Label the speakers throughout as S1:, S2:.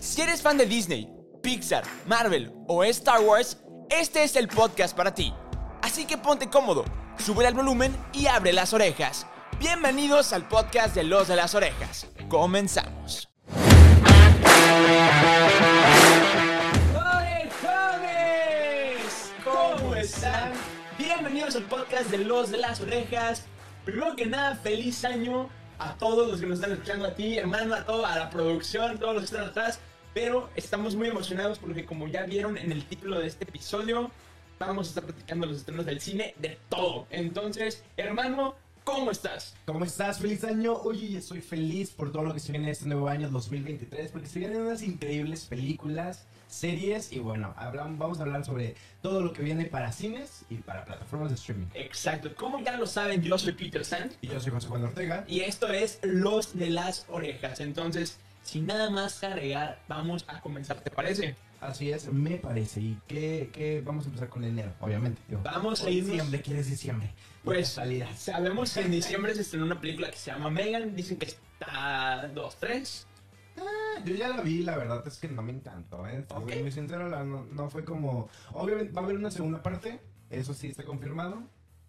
S1: Si eres fan de Disney, Pixar, Marvel o Star Wars, este es el podcast para ti. Así que ponte cómodo, sube el volumen y abre las orejas. Bienvenidos al podcast de Los de las Orejas. Comenzamos. ¡Orejones! ¿Cómo están? Bienvenidos al podcast de Los de las Orejas. Primero que nada, feliz año a todos los que nos están escuchando a ti, hermano, a todo, a la producción, todos los que están atrás. Pero estamos muy emocionados porque como ya vieron en el título de este episodio, vamos a estar platicando los estrenos del cine, de todo. Entonces, hermano, ¿cómo estás?
S2: ¿Cómo estás? Feliz año. Oye, estoy feliz por todo lo que se viene este nuevo año 2023, porque se vienen unas increíbles películas, series y bueno, hablamos, vamos a hablar sobre todo lo que viene para cines y para plataformas de streaming.
S1: Exacto, como ya lo saben, yo soy Peter Sand
S2: Y yo soy José Juan Ortega.
S1: y esto es Los de las Orejas. Entonces, sin nada más que agregar, vamos a comenzar, ¿te parece?
S2: Así es, me parece. Y que, que vamos a empezar con enero, obviamente. digo.
S1: Vamos a
S2: Por
S1: irnos-
S2: Diciembre, ¿quieres diciembre?
S1: Pues-
S2: salidas.
S1: Sabemos que en diciembre se estrenó una película que se llama Megan, dicen que está 2, 3.
S2: Yo ya la vi, la verdad es que no me encantó, ¿eh? Te
S1: Ok.
S2: soy Muy sincero, la- no, no fue como... Obviamente va a haber una segunda parte, eso sí está confirmado,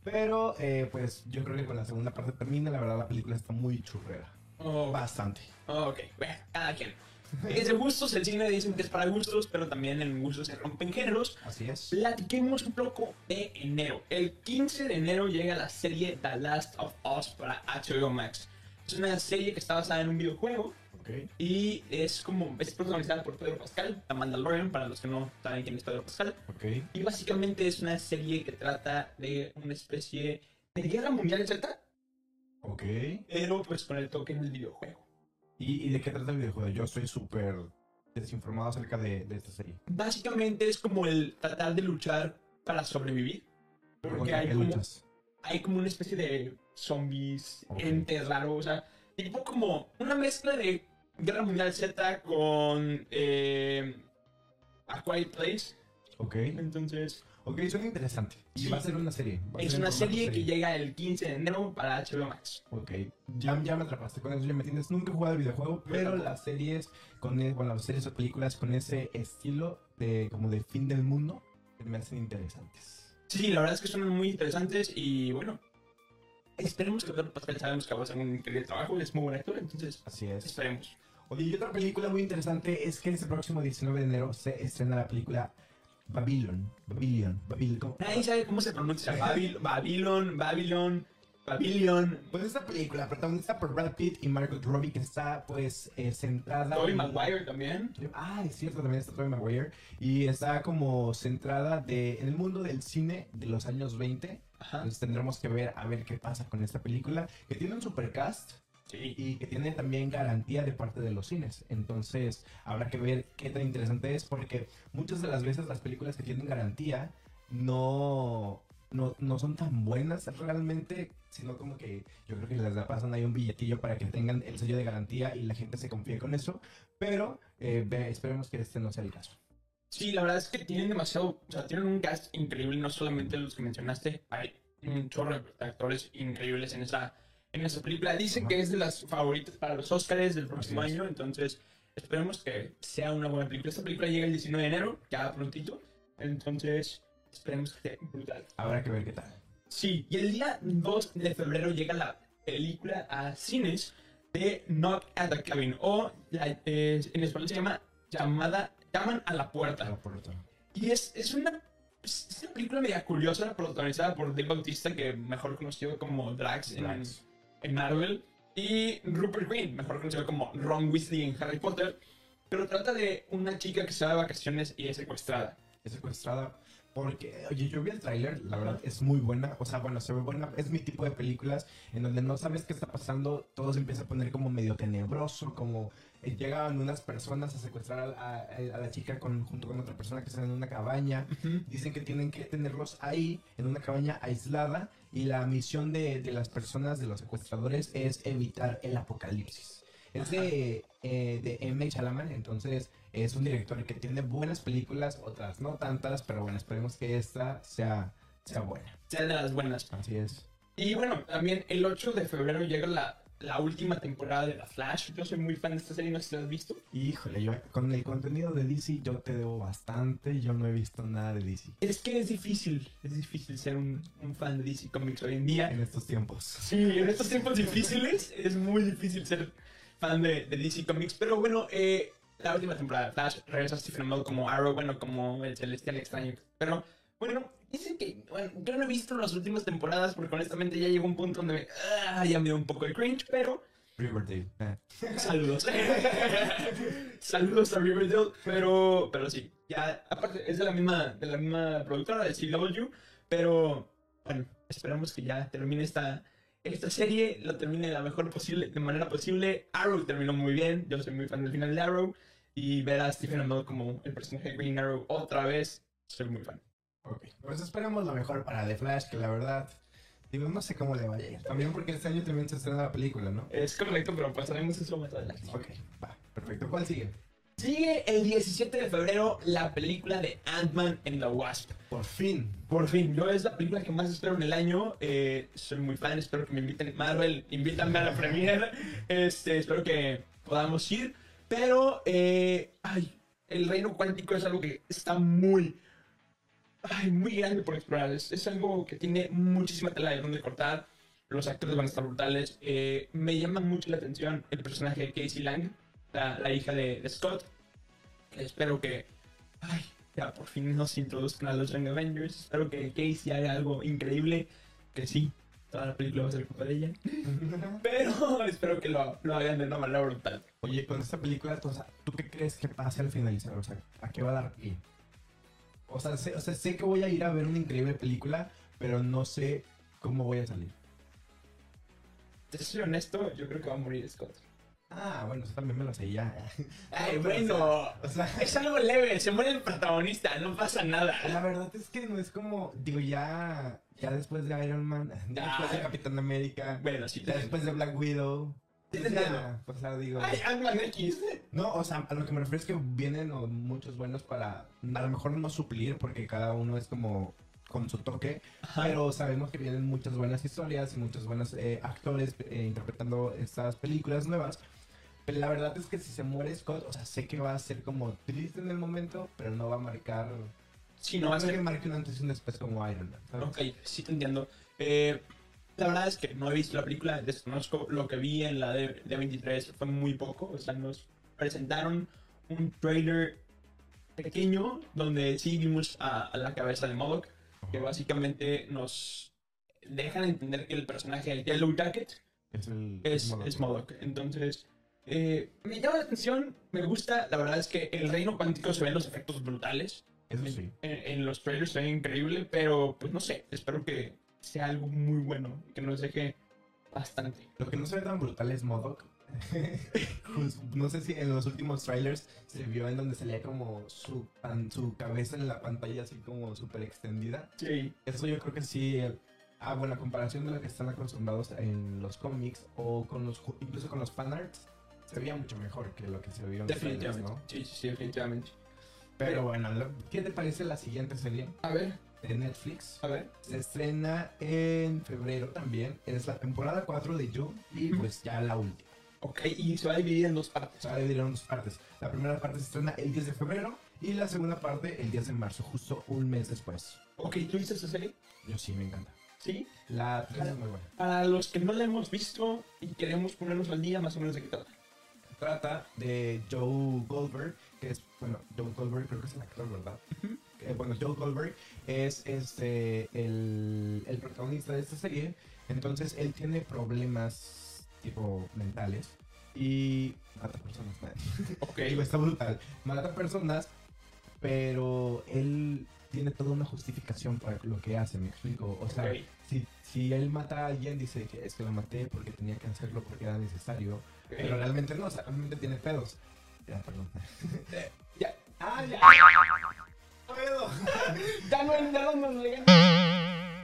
S2: pero eh, pues yo creo que con la segunda parte termina, la verdad la película está muy churrera.
S1: Oh,
S2: Bastante.
S1: ok, bueno, cada quien. Es de gustos, el cine dicen que es para gustos, pero también en gustos se rompen géneros.
S2: Así es.
S1: Platiquemos un poco de enero. El 15 de enero llega la serie The Last of Us para HBO Max. Es una serie que está basada en un videojuego
S2: Ok.
S1: y es como es protagonizada por Pedro Pascal, la Mandalorian, para los que no saben quién es Pedro Pascal.
S2: Ok.
S1: Y básicamente es una serie que trata de una especie de guerra mundial Z,
S2: Ok.
S1: pero pues con el toque del videojuego.
S2: ¿Y, y de qué trata el videojuego? Yo soy súper desinformado acerca de, de esta serie.
S1: Básicamente es como el tratar de luchar para sobrevivir. Porque
S2: ¿Contra
S1: hay
S2: qué
S1: como,
S2: luchas?
S1: hay como una especie de zombies,
S2: Ok.
S1: entes raros, o sea, tipo como una mezcla de Guerra Mundial Z con eh, A Quiet Place.
S2: Ok.
S1: Entonces,
S2: Ok, suena interesante. Y
S1: Sí.
S2: va a ser una serie. va a
S1: es
S2: ser en
S1: una
S2: formato
S1: serie que llega el 15 de enero para HBO Max.
S2: Ok, ya, ya me atrapaste con eso, ya me entiendes. Nunca he jugado al videojuego, pero
S1: tampoco.
S2: las series, con e- bueno, las series o películas con ese estilo de como de fin del mundo, se me hacen interesantes.
S1: Sí, la verdad es que son muy interesantes y bueno, esperemos que Pedro Pascal sabemos que va a hacer un increíble trabajo, es muy buen actor, entonces pues,
S2: Así es.
S1: esperemos.
S2: Oye, y otra película muy interesante es que este próximo 19 de enero se estrena la película Babylon. Babylon, Babylon. ¿cómo?
S1: Nadie sabe cómo se pronuncia, Babil- Babylon, Babylon, Babylon,
S2: Pues esta película, protagonizada por Brad Pitt y Margot Robbie, que está pues eh, centrada.
S1: Tobey
S2: en-
S1: Maguire también.
S2: Ah, es cierto, también está Tobey Maguire. Y está como centrada de, en el mundo del cine de los años 20.
S1: Ajá.
S2: Entonces tendremos que ver a ver qué pasa con esta película, que tiene un supercast
S1: Sí.
S2: y que tiene también garantía de parte de los cines. Entonces habrá que ver qué tan interesante es, porque muchas de las veces las películas que tienen garantía no, no, no son tan buenas realmente, sino como que yo creo que les da pasan ahí un billetillo para que tengan el sello de garantía y la gente se confíe con eso. Pero eh, ve- esperemos que este no sea el caso.
S1: Sí, la verdad es que tienen demasiado, o sea, tienen un cast increíble, no solamente los que mencionaste, hay un chorro de actores increíbles en esa, en esa película. Dicen
S2: Ajá.
S1: que es de las favoritas para los Oscars del próximo
S2: Así es.
S1: año, entonces esperemos que sea una buena película. Esta película llega el 19 de enero, ya prontito, entonces esperemos que sea brutal.
S2: Habrá que ver qué tal.
S1: Sí, y el día 2 de febrero llega la película a cines de Knock at the Cabin, o la- eh, en español se llama Llamada, Llaman a la Puerta.
S2: Ah, por otro.
S1: Y es, es una, es una película media curiosa, protagonizada por Dave Bautista, que mejor conocido como Drax, en-
S2: Drax.
S1: En, Marvel, y Rupert Green, mejor conocido como Ron Weasley en Harry Potter. Pero trata de una chica que se va de vacaciones y es secuestrada.
S2: es secuestrada. Porque, oye, yo vi el tráiler, la verdad, es muy buena. O sea, bueno, se ve buena. Es mi tipo de películas en donde no sabes qué está pasando. Todo se empieza a poner como medio tenebroso, como eh, llegaban unas personas a secuestrar a, a- a la chica con, junto con otra persona que está en una cabaña. Dicen que tienen que tenerlos ahí, en una cabaña aislada, y la misión de, de las personas, de los secuestradores, es evitar el apocalipsis. Es de, eh, de M. Chalaman, entonces es un director que tiene buenas películas, otras no tantas, pero bueno, esperemos que esta sea, sea buena.
S1: Sea de las buenas.
S2: Así es.
S1: Y bueno, también el 8 de febrero llega la la última temporada de The Flash. Yo soy muy fan de esta serie, no sé si la has visto.
S2: Híjole, yo con el contenido de DC yo te debo bastante, yo no he visto nada de DC
S1: Es que es difícil, es difícil ser un, un fan de DC Comics hoy en día.
S2: en estos tiempos.
S1: Sí, en estos tiempos difíciles es muy difícil ser fan de, de DC Comics, pero bueno, eh, la última temporada de Flash regresa Stephen Amell como Arrow, bueno, como el Celestial Extraño. Pero bueno, dicen que, bueno, yo no he visto las últimas temporadas porque honestamente ya llegó un punto donde me, ah, ya me dio un poco de cringe, pero
S2: Riverdale. eh.
S1: saludos. saludos a Riverdale, pero, pero sí, ya, aparte es de la misma, de la misma productora de CW, pero bueno, esperamos que ya termine esta, esta serie, lo termine de la mejor posible, de manera posible. Arrow terminó muy bien, yo soy muy fan del final de Arrow, y ver a Stephen Amell como el personaje de Green Arrow otra vez, soy muy fan.
S2: Ok, pues esperamos lo mejor para The Flash, que la verdad, digo, no sé cómo le vaya. a ir. También porque este año también se estrena la película, ¿no?
S1: Es correcto, pero pasaremos eso más adelante.
S2: Ok, va, perfecto. ¿Cuál sigue?
S1: Sigue el 17 de febrero la película de Ant-Man and the Wasp.
S2: Por fin.
S1: Por fin, yo es la película que más espero en el año. eh, soy muy fan, espero que me inviten. Marvel, invítame a la premiere. Este, espero que podamos ir. Pero, eh, ay, el reino cuántico es algo que está muy, ay, muy grande por explorar. Es, es algo que tiene muchísima tela de donde cortar. Los actores van a estar brutales. eh, me llama mucho la atención el personaje de Casey Lang, la, la hija de, de Scott. Espero que, ay, ya por fin nos introduzcan a los Young Avengers. Espero que Casey haga algo increíble. Que sí, toda la película va a ser culpa de ella. Pero espero que lo, lo hagan de una manera brutal.
S2: Oye, con esta película, o sea, ¿tú qué crees que pase al finalizar? O sea, ¿a qué va a dar pie? O sea, sé, o sea, sé que voy a ir a ver una increíble película, pero no sé cómo voy a salir.
S1: Te soy honesto, yo creo que va a morir Scott.
S2: Ah, bueno, eso también me lo sé ya.
S1: Ay,
S2: No, pero,
S1: bueno.
S2: O sea, o sea,
S1: Es algo leve, se muere el protagonista, no pasa nada.
S2: la verdad es que no es como, digo, ya, ya después de Iron Man, ya
S1: Ah.
S2: después de Capitán América,
S1: Bueno, sí,
S2: ya después de Black Widow.
S1: Tienes
S2: ya,
S1: miedo.
S2: O sea, digo.
S1: Ay, Ant-Man X.
S2: No, o sea, a lo que me refiero es que vienen o, muchos buenos para a lo mejor no suplir porque cada uno es como con su toque, pero sabemos que vienen muchas buenas historias y muchos buenos eh, actores eh, interpretando estas películas nuevas. Pero la verdad es que si se muere Scott, o sea, sé que va a ser como triste en el momento, pero no va a marcar.
S1: Sí, no va a
S2: creo
S1: ser
S2: que marque un antes y un después como Iron Man. ¿sabes?
S1: Ok, sí te entiendo. Eh, la verdad es que no he visto la película, desconozco lo que vi en la de, de 23, fue muy poco. O sea, nos presentaron un trailer pequeño donde sí vimos a, a la cabeza de Modoc, que básicamente nos dejan entender que el personaje de Yellow Jacket
S2: Es el.
S1: es,
S2: Modok.
S1: es Modoc. Entonces, eh, me llama la atención, me gusta. La verdad es que el reino cuántico se ven los efectos brutales.
S2: Eso
S1: En-
S2: sí.
S1: En, en los trailers se ve increíble, pero pues no sé, espero que sea algo muy bueno, que nos deje bastante.
S2: Lo que no se ve tan brutal es Modoc. Pues, no sé si en los últimos trailers se vio en donde salía como su, pan- su cabeza en la pantalla así como súper extendida.
S1: Sí.
S2: Eso yo creo que sí. eh, Ah, bueno, a comparación de lo que están acostumbrados en los cómics o con los ju- incluso con los fanarts, se veía mucho mejor que lo que se vio en los trailers,
S1: Definitivamente.
S2: ¿no?
S1: Sí, sí, sí, definitivamente.
S2: Pero bueno, lo- ¿qué te parece la siguiente serie
S1: A ver,
S2: de Netflix?
S1: a ver.
S2: Se estrena en febrero también. Es la temporada 4 de You y
S1: Ujú.
S2: pues ya la última.
S1: Ok, y se va a dividir en dos partes.
S2: Se va a dividir en dos partes. La primera parte se estrena el 10 de febrero y la segunda parte el 10 de marzo, justo un mes después.
S1: Ok, ¿tú viste esa serie?
S2: Yo sí, me encanta.
S1: Sí.
S2: La 3 es muy buena.
S1: Para los que no la hemos visto y queremos ponernos al día, más o menos de qué trata.
S2: Trata de Joe Goldberg, que es, bueno, Joe Goldberg creo que es el actor, ¿verdad?
S1: Ujú.
S2: Eh, bueno, Joe Goldberg es este, el, el protagonista de esta serie. Entonces, él tiene problemas tipo mentales y mata personas.
S1: Ok,
S2: Digo, está brutal. Mata personas, pero él tiene toda una justificación para lo que hace, me explico. O sea,
S1: ok.
S2: si, si él mata a alguien, dice que es que lo maté porque tenía que hacerlo porque era necesario. Pero realmente no, o sea, realmente tiene pedos. Ya, perdón.
S1: Ya,
S2: ¡Ah, ya! ¡Pedo!
S1: ya no, ya no nos regalan.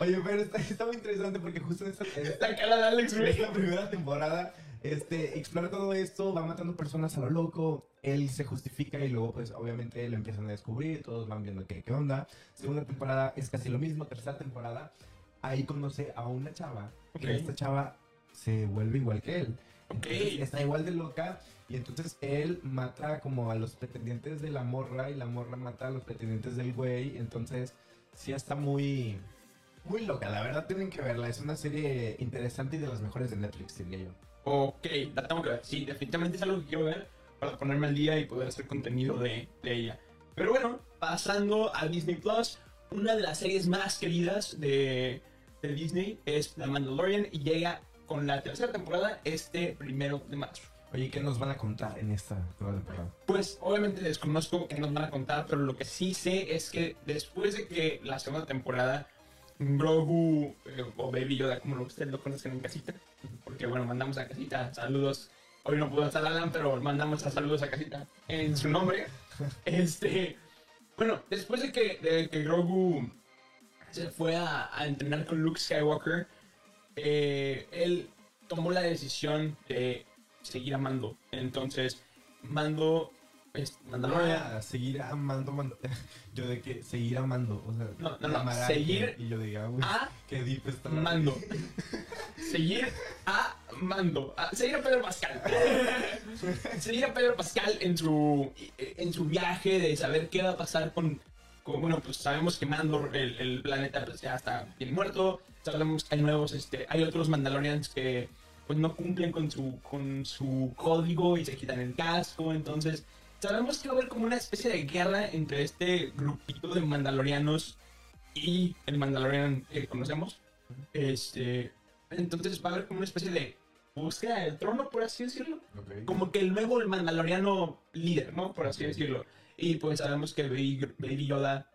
S2: Oye, pero está, está muy interesante porque justo en esta, en esta-
S1: La cara de Alex,
S2: en
S1: güey.
S2: esta primera temporada este, explora todo esto, va matando personas a lo loco, él se justifica y luego pues obviamente lo empiezan a descubrir, todos van viendo qué, qué onda. Segunda temporada es casi lo mismo, tercera temporada ahí conoce a una chava.
S1: Ok.
S2: Que esta chava se vuelve igual que él.
S1: Ok.
S2: Entonces, está igual de loca. Y entonces él mata como a los pretendientes de la morra y la morra mata a los pretendientes del güey. Entonces, sí está muy. Muy loca, la verdad tienen que verla. Es una serie interesante y de las mejores de Netflix, diría yo.
S1: Ok, la tengo que ver. Sí, definitivamente es algo que quiero ver para ponerme al día y poder hacer contenido de, de ella. Pero bueno, pasando a Disney Plus, una de las series más queridas de, de Disney es The Mandalorian y llega con la tercera temporada este primero de marzo.
S2: Oye, ¿qué nos van a contar en esta nueva temporada?
S1: Pues obviamente desconozco qué nos van a contar, pero lo que sí sé es que después de que la segunda temporada Grogu eh, o Baby Yoda, como lo- ustedes lo conocen en casita, porque bueno, mandamos a casita saludos. Hoy no pudo estar Alan, pero mandamos a saludos a casita en su nombre. Este, bueno, después de que, de que Grogu se fue a, a entrenar con Luke Skywalker, eh, él tomó la decisión de seguir a Mando. Entonces, Mando pues, es Mandalorian.
S2: Ah, seguir amando, mando- Yo de que seguir amando. O sea,
S1: No, no, no,
S2: amar a
S1: seguir
S2: alguien, Y yo diga, uy,
S1: A
S2: qué deep está. la-
S1: Mando. Seguir a Mando. A- seguir a Pedro Pascal. seguir a Pedro Pascal en su, en su viaje de saber qué va a pasar con. con- bueno, pues sabemos que Mando, el, el planeta, pues, ya está bien muerto. Sabemos que hay nuevos. Este, hay otros Mandalorians que pues no cumplen con su, con su código y se quitan el casco. Entonces, sabemos que va a haber como una especie de guerra entre este grupito de Mandalorianos y el Mandalorian que conocemos. Este, entonces va a haber como una especie de búsqueda del trono, por así decirlo.
S2: Ok.
S1: Como que el nuevo mandaloriano líder, ¿no? Por así
S2: Ok.
S1: decirlo. Y pues sabemos que Baby Baby Yoda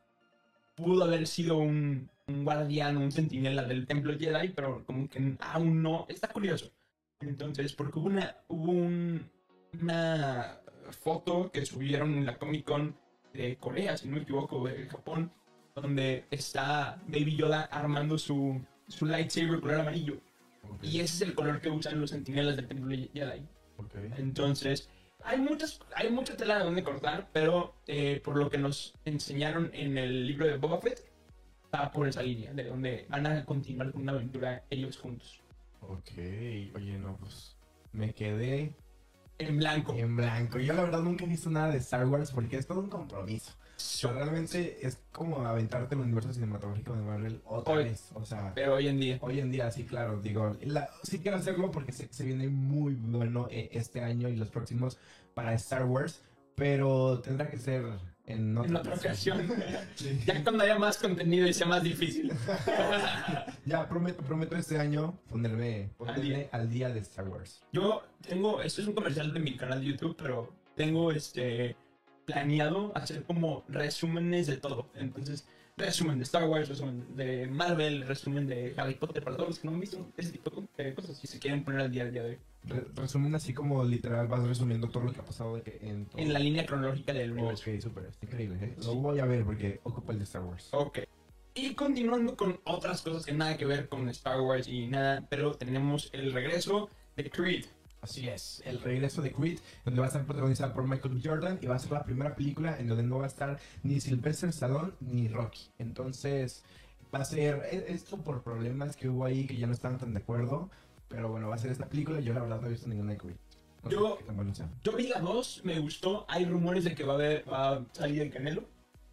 S1: pudo haber sido un, un guardián, un centinela del templo Jedi, pero como que aún no. Está curioso. Entonces, porque hubo una, hubo un- una foto que subieron en la Comic Con de Corea, si no me equivoco, de Japón, donde está Baby Yoda armando su, su lightsaber color amarillo.
S2: Ok,
S1: Y ese es el color que usan los sentinelas del templo Jedi.
S2: ok.
S1: Entonces, hay muchas, hay mucha tela de donde cortar, pero eh, por lo que nos enseñaron en el libro de Boba Fett, va por esa línea, de donde van a continuar con una aventura ellos juntos.
S2: Ok, oye, no, pues me quedé
S1: En blanco.
S2: en blanco. Yo la verdad nunca he visto nada de Star Wars porque es todo un compromiso. O sea, realmente es como aventarte el universo cinematográfico de Marvel otra
S1: Hoy.
S2: vez. O sea,
S1: Pero hoy en día.
S2: hoy en día sí, claro, digo, la- sí quiero hacerlo porque sé que se viene muy bueno eh, este año y los próximos para Star Wars, pero tendrá que ser en otra,
S1: En otra ocasión.
S2: Sí.
S1: ya cuando haya más contenido y sea más difícil.
S2: Ya, prometo, prometo este año ponerme, ponerme
S1: día.
S2: al día de Star Wars.
S1: Yo tengo, esto es un comercial de mi canal de YouTube, pero tengo este planeado hacer como resúmenes de todo. Entonces, resumen de Star Wars, resumen de Marvel, resumen de Harry Potter, para todos los que no han visto ese tipo de cosas, si se quieren poner al día al día de hoy.
S2: Re- resumen así como literal vas resumiendo todo lo que ha pasado de que en, todo.
S1: En la línea cronológica del universo.
S2: Ok, súper, está increíble, ¿eh? Lo voy a ver porque ocupa el de Star Wars.
S1: Ok. Y continuando con otras cosas que nada que ver con Star Wars y nada, pero tenemos el regreso de Creed.
S2: Así es, el regreso de Creed, donde va a estar protagonizada por Michael B. Jordan y va a ser la primera película en donde no va a estar ni Sylvester Stallone ni Rocky. Entonces, va a ser e- esto por problemas que hubo ahí que ya no estaban tan de acuerdo, pero bueno, va a ser esta película. Yo la verdad no he visto ninguna de Creed. No sé
S1: Yo-
S2: qué tan bueno sea.
S1: Yo vi la 2, me gustó. Hay rumores de que va a, haber- va a salir el Canelo.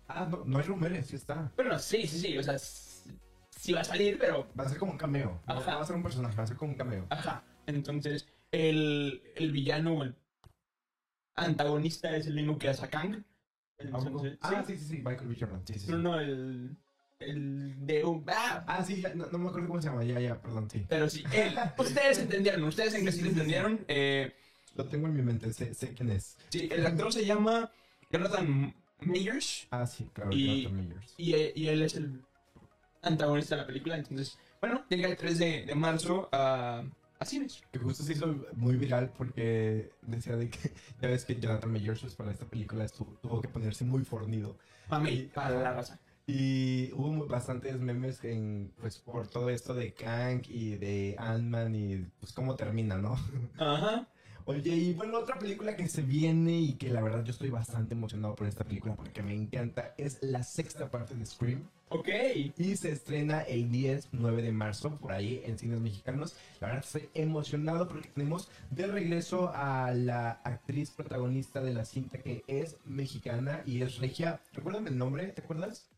S2: Ah, no, no hay rumores, sí está.
S1: Bueno, sí, sí, sí, o sea, s- sí va a salir, pero...
S2: Va a ser como un cameo. No,
S1: Ajá.
S2: no va a ser un personaje, va a ser como un cameo.
S1: Ajá. Entonces, el, el villano o el antagonista es el mismo que hace a Kang. Entonces,
S2: ah,
S1: sí.
S2: sí, sí, sí, Michael B. Jordan. Sí, sí, sí.
S1: No, no, el... El de... un- ¡Ah!
S2: Ah, sí, ya, no, no me acuerdo cómo se llama, ya, ya, perdón, sí.
S1: Pero sí, él. Ustedes entendieron, ustedes en que
S2: Sí,
S1: sí
S2: sí, sí,
S1: entendieron. Eh,
S2: Lo tengo en mi mente, sé, sé quién es.
S1: sí, el actor se llama Jonathan Meyers
S2: Ah, sí, claro,
S1: Y-
S2: Jonathan Majors.
S1: y, eh, y él es el antagonista de la película. Entonces, bueno, llega el 3 de, de marzo a, a cines.
S2: Que justo se hizo muy viral porque decía de que, ya ves que Jonathan Majors pues, para esta película estuvo- tuvo que ponerse muy fornido.
S1: Para mí, para la raza.
S2: Y hubo mu- bastantes memes en, pues, por todo esto de Kang y de Ant-Man y pues cómo termina, ¿no?
S1: Ajá.
S2: Oye, y bueno, otra película que se viene y que la verdad yo estoy bastante emocionado por esta película porque me encanta es la sexta parte de Scream
S1: Ok.
S2: y se estrena el 10, 9 de marzo por ahí en cines mexicanos. La verdad estoy emocionado porque tenemos de regreso a la actriz protagonista de la cinta que es mexicana y es regia. ¿Recuerdan el nombre? ¿Te acuerdas?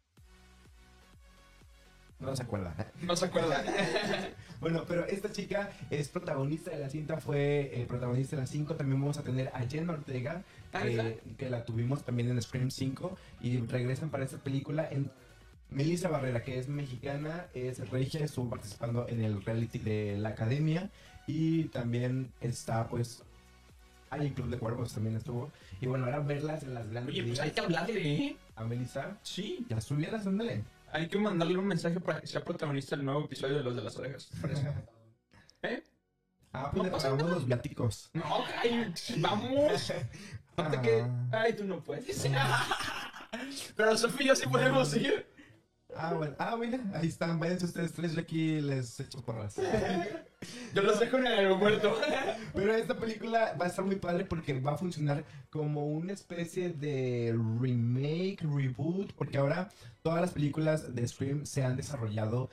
S2: No se acuerda.
S1: No se acuerda.
S2: Bueno, pero esta chica es protagonista de la cinta, fue eh, protagonista de la 5. También vamos a tener a Jen Ortega,
S1: Ah,
S2: eh, que la tuvimos también en Scream 5. Y regresan para esta película en Melissa Barrera, que es mexicana, es regia, estuvo participando en el reality de la academia. Y también está, pues, hay el Club de Cuervos también estuvo. Y bueno, ahora verlas en las grandes
S1: Oye, pues hay
S2: ligas
S1: que hablarle, ¿eh?
S2: a Melissa.
S1: Sí.
S2: Ya subieras, ándale.
S1: Hay que mandarle un mensaje para que sea protagonista del nuevo episodio de Los de las Orejas. ¿Eh?
S2: Ah, pues
S1: No
S2: le
S1: pasa
S2: pagamos los viáticos.
S1: No, ay, vamos. No te que.
S2: Ah.
S1: Ay, tú no puedes. Pero Sofía, sí podemos seguir.
S2: Ah, bueno. Ah, mira, ahí están. Váyanse ustedes tres, yo aquí les echo porras.
S1: Yo los dejo en el aeropuerto.
S2: Pero esta película va a estar muy padre porque va a funcionar como una especie de remake, reboot, porque ahora todas las películas de Scream se han desarrollado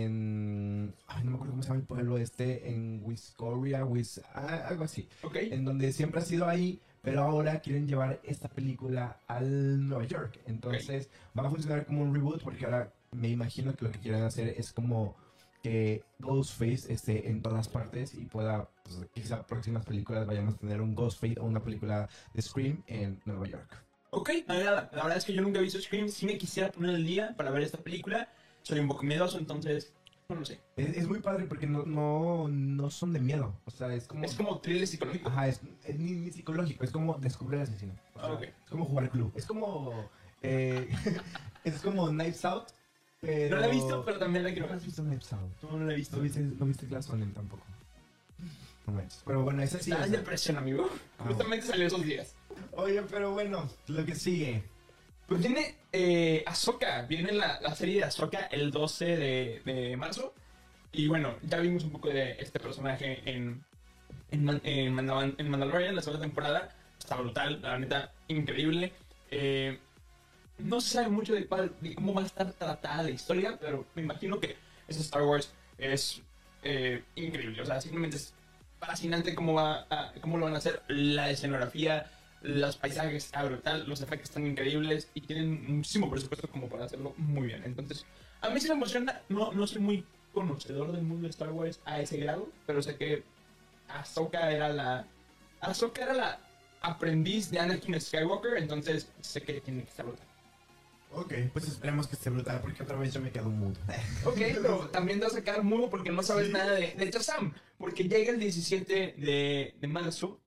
S2: en... Ay, no me acuerdo cómo se llama el pueblo este, en Wiscoria, Wis... ah, algo así.
S1: Ok.
S2: en donde siempre ha sido ahí, pero ahora quieren llevar esta película al Nueva York. Entonces va a funcionar como un reboot porque ahora me imagino que lo que quieren hacer es como que Ghostface esté en todas partes y pueda, pues, quizá próximas películas vayamos a tener un Ghostface o una película de Scream en Nueva York.
S1: Ok, me agrada. La verdad es que yo nunca he visto Scream. Si me quisiera poner el día para ver esta película, soy un poco miedoso, entonces. No lo sé.
S2: Es, es muy padre porque no, no, no son de miedo, o sea, es como...
S1: Es como thriller psicológico.
S2: Ajá, es, es ni, ni psicológico, es como descubrir al asesino. O sea,
S1: Ah, ok.
S2: Es como jugar club. Es como. eh, es como Knives Out. Pero...
S1: No la he visto, pero también la quiero
S2: No
S1: ver.
S2: has visto Knives Out.
S1: No, no la he visto.
S2: No viste, no viste Glass Onion tampoco. No manches. Pero bueno, esa sí.
S1: Estaba en
S2: esa.
S1: depresión, amigo.
S2: Ah,
S1: Justamente salió esos días.
S2: Oye, pero bueno, lo que sigue.
S1: Pues viene eh, Ahsoka, viene la, la serie de Ahsoka el 12 de, de marzo. Y bueno, ya vimos un poco de este personaje en, en, Man- en Mandavan- en Mandalorian, la segunda temporada. Está brutal, la neta, increíble. Eh, no se sabe mucho de, cuál- de cómo va a estar tratada la historia, pero me imagino que este Star Wars es eh, increíble. O sea, simplemente es fascinante cómo, va a- cómo lo van a hacer, la escenografía, los paisajes, está brutal, los efectos están increíbles y tienen muchísimo presupuesto como para hacerlo muy bien. Entonces, a mí sí me emociona, no, no soy muy conocedor del mundo de Star Wars a ese grado, pero sé que Ahsoka era la... Ahsoka era la aprendiz de Anakin Skywalker, entonces sé que tiene que estar brutal.
S2: Ok, pues esperemos que esté brutal porque otra vez yo me quedo mudo.
S1: Ok, pero también te vas a quedar mudo porque no sabes nada de, de Shazam, porque llega el 17 de, de marzo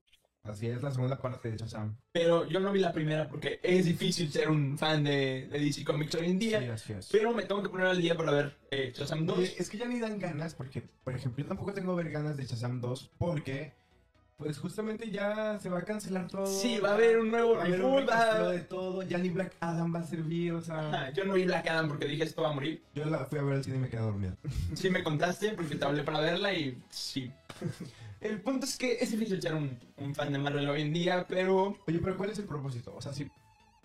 S2: Así es la segunda parte de Shazam.
S1: Pero yo no vi la primera porque es difícil ser un fan de, de DC Comics hoy en
S2: Sí,
S1: día.
S2: así es.
S1: Pero me tengo que poner al día para ver eh, Shazam 2.
S2: Oye, es que ya ni dan ganas porque, por ejemplo, yo tampoco tengo ver ganas de Shazam 2 porque, pues justamente ya se va a cancelar todo.
S1: sí, va a haber un nuevo
S2: Va a haber un
S1: reboot. va a-
S2: recasteo de todo, ya ni Black Adam va a servir, o sea,
S1: Ajá, yo no vi Black Adam porque dije esto va a morir.
S2: yo la fui a ver al cine y me quedé dormido.
S1: Sí, me contaste porque te hablé para verla y sí. El punto es que es difícil ser un, un fan de Marvel hoy en día, pero
S2: Oye, pero ¿cuál es el propósito? O sea, si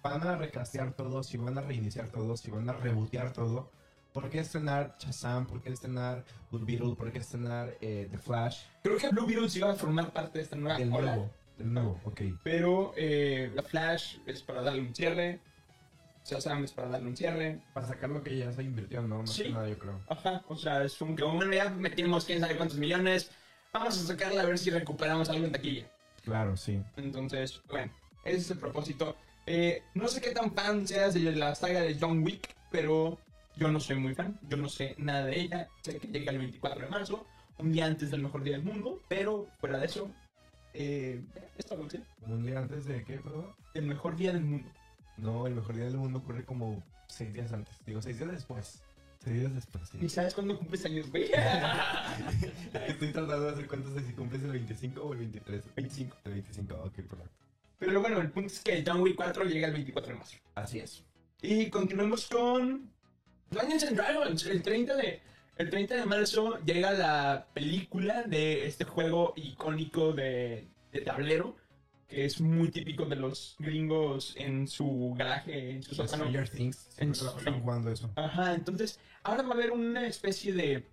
S2: van a recastear todo, si van a reiniciar todo, si van a rebotear todo, ¿por qué estrenar Shazam? ¿Por qué estrenar Blue Beetle? ¿Por qué estrenar eh, The Flash?
S1: creo que Blue Beetle sí va a formar parte de esta nueva
S2: El
S1: ola.
S2: nuevo, el nuevo, ok.
S1: Pero eh, la Flash es para darle un cierre. Shazam es para darle un cierre.
S2: Para sacar lo que ya se invirtió, ¿no? Más
S1: Sí.
S2: que nada, yo creo.
S1: Ajá, o sea, es un que bueno, ya metimos quién sabe cuántos millones, vamos a sacarla a ver si recuperamos algo en taquilla.
S2: Claro, sí.
S1: Entonces, bueno, ese es el propósito. Eh, no sé qué tan fan seas de la saga de John Wick, pero yo no soy muy fan, yo no sé nada de ella, sé que llega el 24 de marzo, un día antes del mejor día del mundo, pero fuera de eso, eh, esta noche,
S2: ¿Un día antes de qué, perdón?
S1: el mejor día del mundo.
S2: No, el mejor día del mundo ocurre como seis días antes. Digo, seis días después. Seis días después, sí.
S1: ¿Y sabes cuándo cumples años, güey?
S2: Estoy tratando de hacer cuentas de si cumples el 25 o el 23.
S1: 25.
S2: El 25, ok, perfecto.
S1: Pero bueno, el punto es que John Wick 4 llega el 24 de marzo.
S2: Así es.
S1: Y continuemos con Dungeons and Dragons. El 30 de, el 30 de marzo llega la película de este juego icónico de de tablero, que es muy típico de los gringos en su garaje, en su sótano.
S2: Stranger Things.
S1: En-
S2: Siempre se la pasan jugando eso.
S1: Ajá, entonces ahora va a haber una especie de...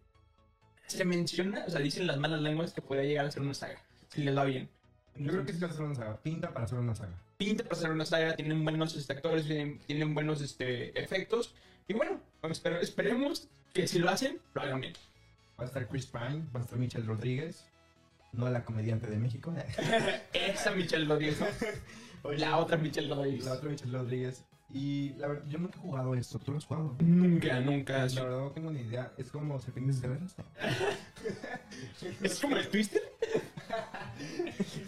S1: Se menciona, o sea, dicen las malas lenguas que puede llegar a ser una saga, si les va bien.
S2: Yo creo que sí va a ser una saga. Pinta para hacer una saga.
S1: pinta para ser una saga, tienen buenos este, actores, tienen, tienen buenos este, efectos. Y bueno, esper- esperemos que si lo hacen, lo hagan bien.
S2: Va a estar Chris Pine, va a estar Michelle Rodríguez, no la comediante de México.
S1: Esa Michelle Rodríguez, ¿no? la otra Michelle Rodríguez.
S2: La otra Michelle Rodríguez. Y la verdad, yo nunca he jugado esto. ¿Tú lo has jugado?
S1: Nunca, nunca.
S2: La verdad no tengo ni idea. Es como serpientes guerreras.
S1: Es como el Twister,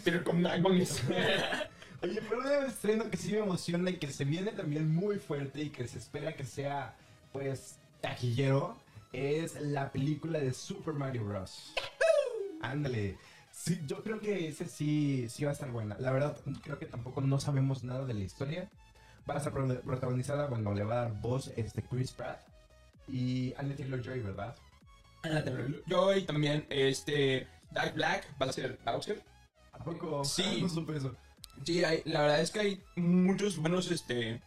S1: pero con dragones.
S2: Oye, pero un estreno que sí me emociona y que se viene también muy fuerte y que se espera que sea, pues, taquillero, es la película de Super Mario Bros. Ándale. Sí, yo creo que ese sí, sí va a estar buena. La verdad, creo que tampoco no sabemos nada de la historia. Va a estar pro- protagonizada, bueno, le va a dar voz este Chris Pratt y Anna Taylor-Joy, ¿verdad?
S1: Yo y también este Dark Black va a ser Bowser.
S2: ¿A poco?
S1: Sí.
S2: No supe eso.
S1: Sí, hay- la verdad es que hay muchos buenos, este,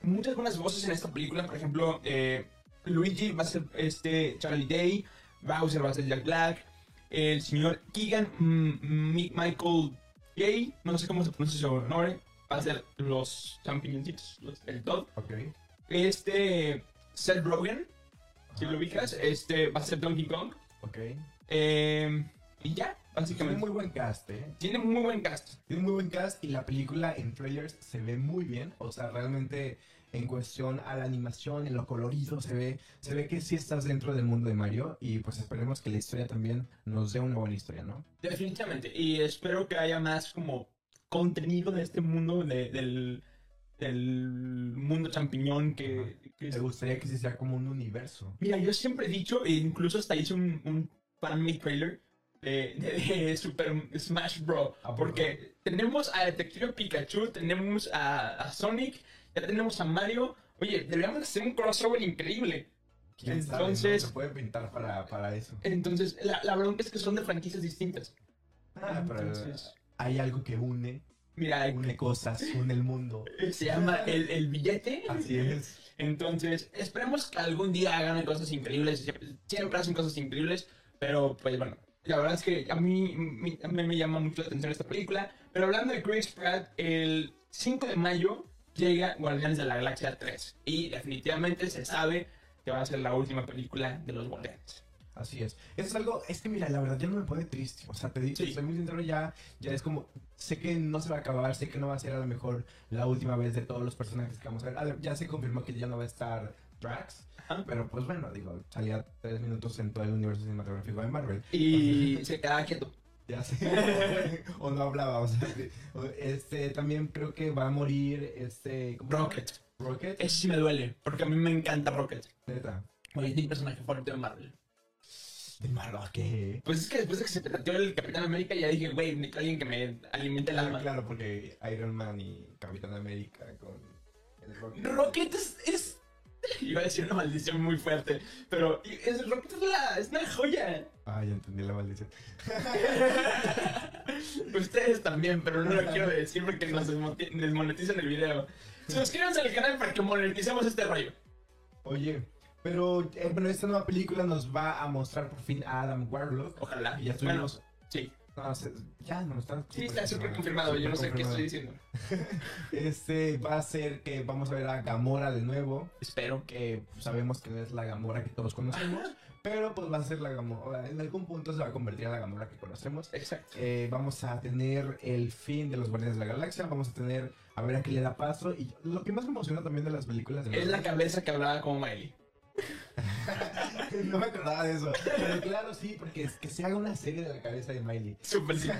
S1: muchas buenas voces en esta película. Por ejemplo, eh, Luigi va a ser este Charlie Day, Bowser va a ser Jack Black, el señor Keegan mm, Mi- Michael Gay, no sé cómo se pronuncia su nombre, va a ser los champiñoncitos, los- el Todd.
S2: Ok.
S1: Este Seth Rogen, si lo ubicas, este va a ser Donkey Kong.
S2: Ok.
S1: Eh, y ya,
S2: Tiene
S1: básicamente.
S2: muy buen cast, ¿eh?
S1: Tiene muy buen cast.
S2: Tiene un muy buen cast y la película en trailers se ve muy bien. O sea, realmente en cuestión a la animación, en lo colorido, se ve, se ve que sí estás dentro del mundo de Mario. Y pues esperemos que la historia también nos dé una buena historia, ¿no?
S1: Definitivamente, y espero que haya más como contenido de este mundo, de- del, del mundo champiñón que... que-
S2: Me gustaría que sí sea como un universo.
S1: Mira, yo siempre he dicho, e incluso hasta hice un, un fan-made trailer de, de- de Super Smash Bros.
S2: ¿A poco?
S1: Porque tenemos a Detective Pikachu, tenemos a, a Sonic, ya tenemos a Mario. Oye, deberíamos hacer un crossover increíble.
S2: ¿Quién sabe, no?
S1: Entonces-
S2: se puede pintar para, para eso.
S1: Entonces, la, la verdad es que son de franquicias distintas.
S2: Ah, pero
S1: Entonces,
S2: hay algo que une,
S1: mira,
S2: une cosas, une el mundo.
S1: se llama el, el billete.
S2: Así es.
S1: Entonces, esperemos que algún día hagan cosas increíbles. Sie- Siempre hacen cosas increíbles, pero pues bueno. La verdad es que a mí, mi- a mí me llama mucho la atención esta película. Pero hablando de Chris Pratt, el 5 de mayo llega Guardianes de la Galaxia 3. Y definitivamente se sabe que va a ser la última película de los Guardianes.
S2: Así es. Eso es algo, es que mira, la verdad ya no me pone triste. O sea, te digo,
S1: Sí.
S2: soy muy sincero, ya, ya es como, sé que no se va a acabar, sé que no va a ser a lo mejor la última vez de todos los personajes que vamos a ver. A ver, Ya se confirmó que ya no va a estar Drax,
S1: Ajá.
S2: pero pues bueno, digo, salía tres minutos en todo el universo cinematográfico de Marvel.
S1: Y se queda quieto.
S2: Ya sé. o no hablaba, o sea, o- este, también creo que va a morir este... ¿cómo se llama?
S1: Rocket. Eh.
S2: Rocket.
S1: Eso sí me duele, porque a mí me encanta Rocket.
S2: Neta.
S1: Oye, es mi personaje favorito de Marvel.
S2: De Marvel, ¿qué?
S1: Pues es que después de que se planteó el Capitán América, ya dije, güey, necesito alguien que me alimente el alma.
S2: Claro, porque Iron Man y Capitán América con... el Rocket.
S1: Rocket es, es- Iba a decir una maldición muy fuerte, pero es, Rocket es, la- es una joya.
S2: Ah, ya entendí la maldición.
S1: Ustedes también, pero no lo quiero decir porque nos desmoti- desmonetizan el video. Suscríbanse al canal para que moneticemos este rollo.
S2: Oye, pero eh, bueno, esta nueva película nos va a mostrar por fin a Adam Warlock.
S1: Ojalá.
S2: Y ya estuvimos.
S1: Sí,
S2: no, se- ya no está.
S1: sí, está súper confirmado. Yo no sé qué estoy diciendo.
S2: Este va a ser que vamos a ver a Gamora de nuevo.
S1: Espero que.
S2: Que sabemos que no es la Gamora que todos conocemos. pero pues va a ser la Gamora. En algún punto se va a convertir en la Gamora que conocemos.
S1: Exacto.
S2: Eh, vamos a tener el fin de los Guardianes de la Galaxia. Vamos a tener a ver a qué le da paso. Y lo que más me emociona también de las películas de
S1: Es la
S2: Marvel-
S1: cabeza que hablaba como Miley.
S2: No me acordaba de eso. Pero claro, sí, porque es que se haga una serie de la cabeza de Miley.
S1: Súper sí.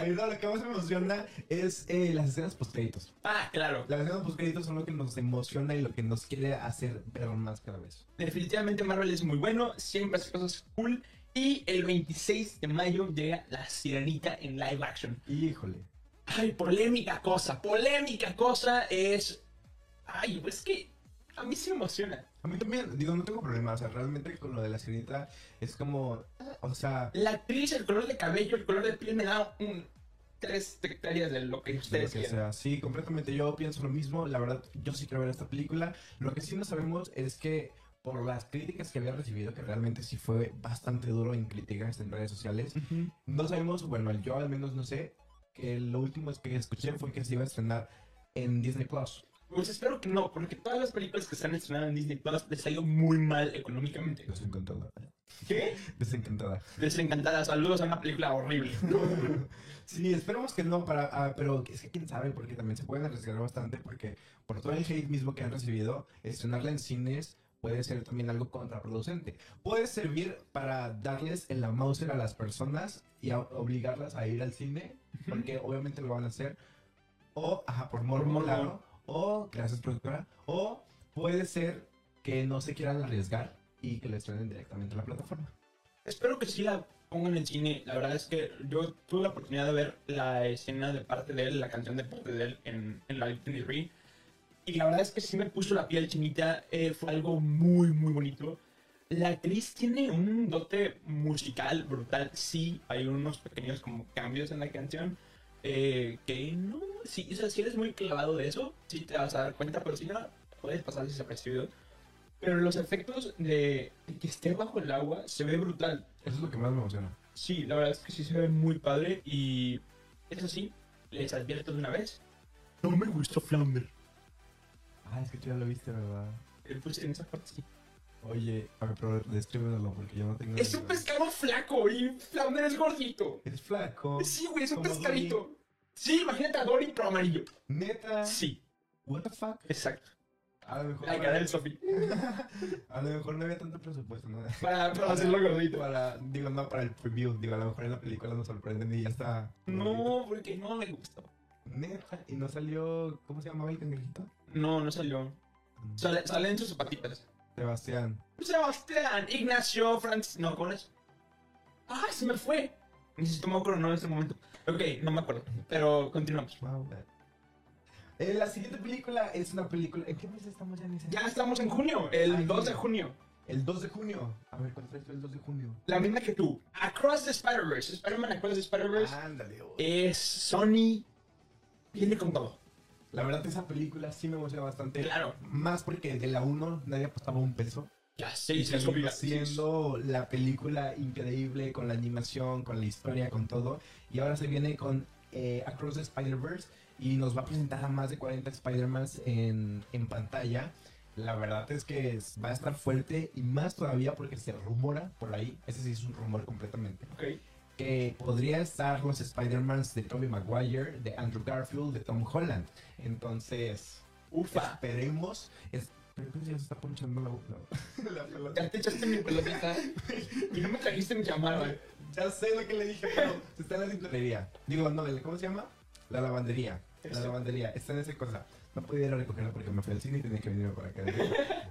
S2: Pero no, lo que más me emociona es eh, las escenas postcréditos.
S1: Ah, claro.
S2: Las escenas postcréditos son lo que nos emociona y lo que nos quiere hacer ver más cada vez.
S1: Definitivamente Marvel es muy bueno, siempre hace cosas cool. Y el 26 de mayo llega La Sirenita en live action.
S2: Híjole.
S1: Ay, polémica cosa, polémica cosa es... Ay, pues es que a mí se me emociona.
S2: A mí también, digo, no tengo problema. O sea, realmente con lo de la sirenita es como. ah, O sea,
S1: La actriz, el color de cabello, el color de piel me da un... tres hectáreas de lo que
S2: de lo
S1: ustedes
S2: que
S1: quieran.
S2: sea. Sí, completamente yo pienso lo mismo. La verdad, yo sí creo en esta película. Lo que sí no sabemos es que por las críticas que había recibido, que realmente sí fue bastante duro en críticas en redes sociales, no sabemos, bueno, yo al menos no sé, que lo último que escuché fue que se iba a estrenar en Disney Plus.
S1: Pues espero que no, porque todas las películas que se han estrenado en Disney Plus les ha ido muy mal económicamente.
S2: Desencantada.
S1: ¿Qué?
S2: Desencantada.
S1: Desencantada, saludos a una película horrible.
S2: Sí, esperemos que no, para, ah, pero es que quién sabe, porque también se pueden arriesgar bastante, porque por todo el hate mismo que han recibido, estrenarla en cines puede ser también algo contraproducente. Puede servir para darles el Mauser a las personas y a- obligarlas a ir al cine, porque obviamente lo van a hacer, o ajá, por morbo,
S1: morbo.
S2: claro, o gracias productora, o puede ser que no se quieran arriesgar y que lo estrenen directamente en la plataforma.
S1: espero que sí la pongan en cine. La verdad es que yo tuve la oportunidad de ver la escena de parte de él, la canción de parte de él en, en la Disney Re. Y la verdad es que sí me puso la piel chinita. eh, fue algo muy, muy bonito. La actriz tiene un dote musical brutal. Sí, hay unos pequeños como cambios en la canción. eh, que no, sí, o sea, si eres muy clavado de eso, sí te vas a dar cuenta, pero si no, puedes pasar desapercibido. Pero los efectos de, de que esté bajo el agua se ve brutal.
S2: Eso es lo que más me emociona.
S1: Sí, la verdad es que sí se ve muy padre y eso sí, les advierto de una vez. No me gustó Flounder.
S2: Ah, es que tú ya lo viste, ¿verdad?
S1: Eh, Pues en esa parte sí.
S2: Oye, a ver, pero descríbelo porque yo no tengo.
S1: Es un pescado flaco y Flounder es gordito.
S2: Es flaco.
S1: Sí, güey, es un
S2: Como
S1: pescadito. Sí, imagínate a Dory pero amarillo.
S2: Neta.
S1: Sí,
S2: What the fuck?
S1: exacto.
S2: A lo mejor.
S1: La cara del Sofi.
S2: a lo mejor no había tanto presupuesto, ¿no?
S1: Para, para hacerlo gordito.
S2: Para, digo, no para el preview, digo, a lo mejor en la película nos sorprenden y ya está.
S1: No, porque no me gustó.
S2: Neta, y no salió. ¿Cómo se llamaba el cangrejito?
S1: No, no salió. Sale- salen sus patitas.
S2: Sebastián.
S1: Sebastián, Ignacio, Francis. No, ¿cómo es? ¡Ah, se me fue! Necesito me acuerdo, no en este momento. Ok, no me acuerdo. Pero continuamos.
S2: Wow. Eh, la siguiente película es una película. ¿En qué mes estamos ya en ese?
S1: Ya estamos en junio, el
S2: Ay,
S1: 2 de
S2: mira.
S1: junio.
S2: El 2 de junio. A ver, ¿cuál traes tú el 2 de junio?
S1: La misma que tú. Across the Spider-Verse. Spider-Man Across the Spider-Verse.
S2: Ándale, güey.
S1: Es Sony. Viene con todo.
S2: La verdad, esa película sí me emociona bastante.
S1: Claro.
S2: Más porque de la 1 nadie apostaba un peso.
S1: Ya sé, y se
S2: terminó
S1: las comida.
S2: siendo la película increíble con la animación, con la historia, con todo. Y ahora se viene con eh, Across the Spider-Verse y nos va a presentar a más de 40 Spider-Mans en, en pantalla. La verdad es que es- va a estar fuerte y más todavía porque se rumora por ahí. Ese sí es un rumor completamente
S1: Ok.
S2: que podría estar los Spider-Mans de Tobey Maguire, de Andrew Garfield, de Tom Holland. Entonces,
S1: Ufa.
S2: esperemos. Es... Pero creo que ya se está ponchando la, la- la pelota.
S1: Ya te echaste mi pelotita. y no me trajiste mi llamada.
S2: Ya sé lo que le dije, pero está en la tintorería. Digo, no, ¿cómo se llama? La lavandería. La
S1: Eso.
S2: lavandería, está en esa cosa. No pude ir a recogerla porque me fui al cine y tenía que venirme por acá.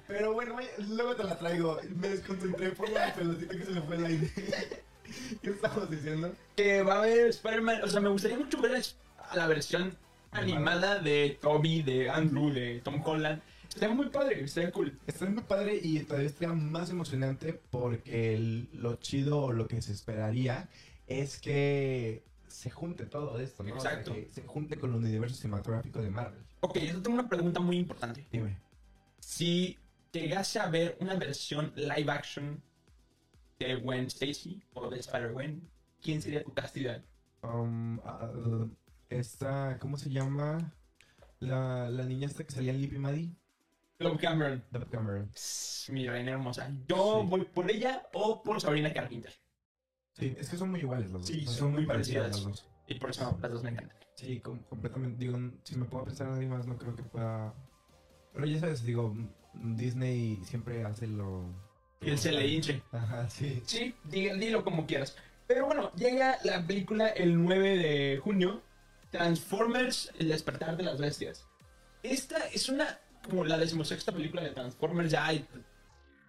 S2: Pero bueno, oye, luego te la traigo. Me desconcentré por la pelotita que se me fue al aire. ¿Qué estamos diciendo?
S1: que va a haber Spider-Man. O sea, me gustaría mucho ver la- la versión animada de Toby, de Andrew, de Tom Holland. Estaría muy padre, estaría cool.
S2: Está muy padre y todavía está más emocionante porque el- lo chido o lo que se esperaría es que se junte todo esto, ¿no? O sea,
S1: Exacto.
S2: que se junte con el universo cinematográfico de Marvel.
S1: Ok, yo tengo una pregunta muy importante.
S2: Dime.
S1: Si llegase a ver una versión live action de Gwen Stacy o de Spider-Gwen, ¿quién sería tu cast ideal?
S2: Um, ah, esta, ¿cómo se llama? La, la niña esta que salía en Lippy Maddy.
S1: Love Cameron.
S2: Dove Cameron.
S1: Sss, Mi reina hermosa. Yo
S2: Sí.
S1: voy por ella o por Sabrina Carpenter.
S2: Sí, es que son muy iguales los dos.
S1: Sí,
S2: o sea,
S1: son muy
S2: las
S1: parecidas.
S2: dos.
S1: Y por eso las dos me encantan.
S2: Sí, com- completamente. Digo, n- si me puedo pensar en alguien más, no creo que pueda. Pero ya sabes, digo, m- Disney siempre hace lo.
S1: Y él se le hinche.
S2: Ajá, sí.
S1: Sí, di- dilo como quieras. Pero bueno, llega la película el 9 de junio, Transformers, el despertar de las bestias. Esta es una, como la decimosexta película de Transformers, ya hay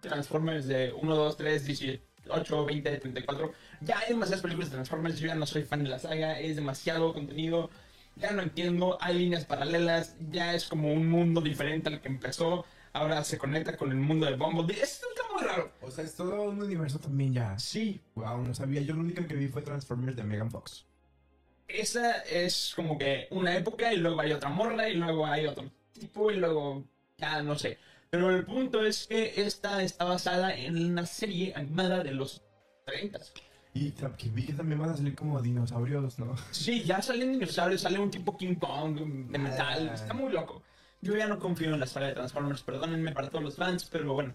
S1: Transformers de 1, 2, 3, 18, 20, 34. Ya hay demasiadas películas de Transformers, yo ya no soy fan de la saga, es demasiado contenido, ya no entiendo, hay líneas paralelas, ya es como un mundo diferente al que empezó, ahora se conecta con el mundo de Bumblebee, es algo muy raro.
S2: O sea, es todo un universo también ya.
S1: Sí,
S2: Wow, no sabía. Yo lo único que vi fue Transformers de Megan Fox.
S1: esa es como que una época y luego hay otra morra y luego hay otro tipo y luego ya no sé. Pero el punto es que esta está basada en una serie animada de los 30.
S2: Y tam- que vi que también van a salir como dinosaurios, ¿no?
S1: Sí, ya salen dinosaurios, sale un tipo King Kong de metal,
S2: Ah.
S1: está muy loco. Yo ya no confío en la saga de Transformers, perdónenme para todos los fans, pero bueno.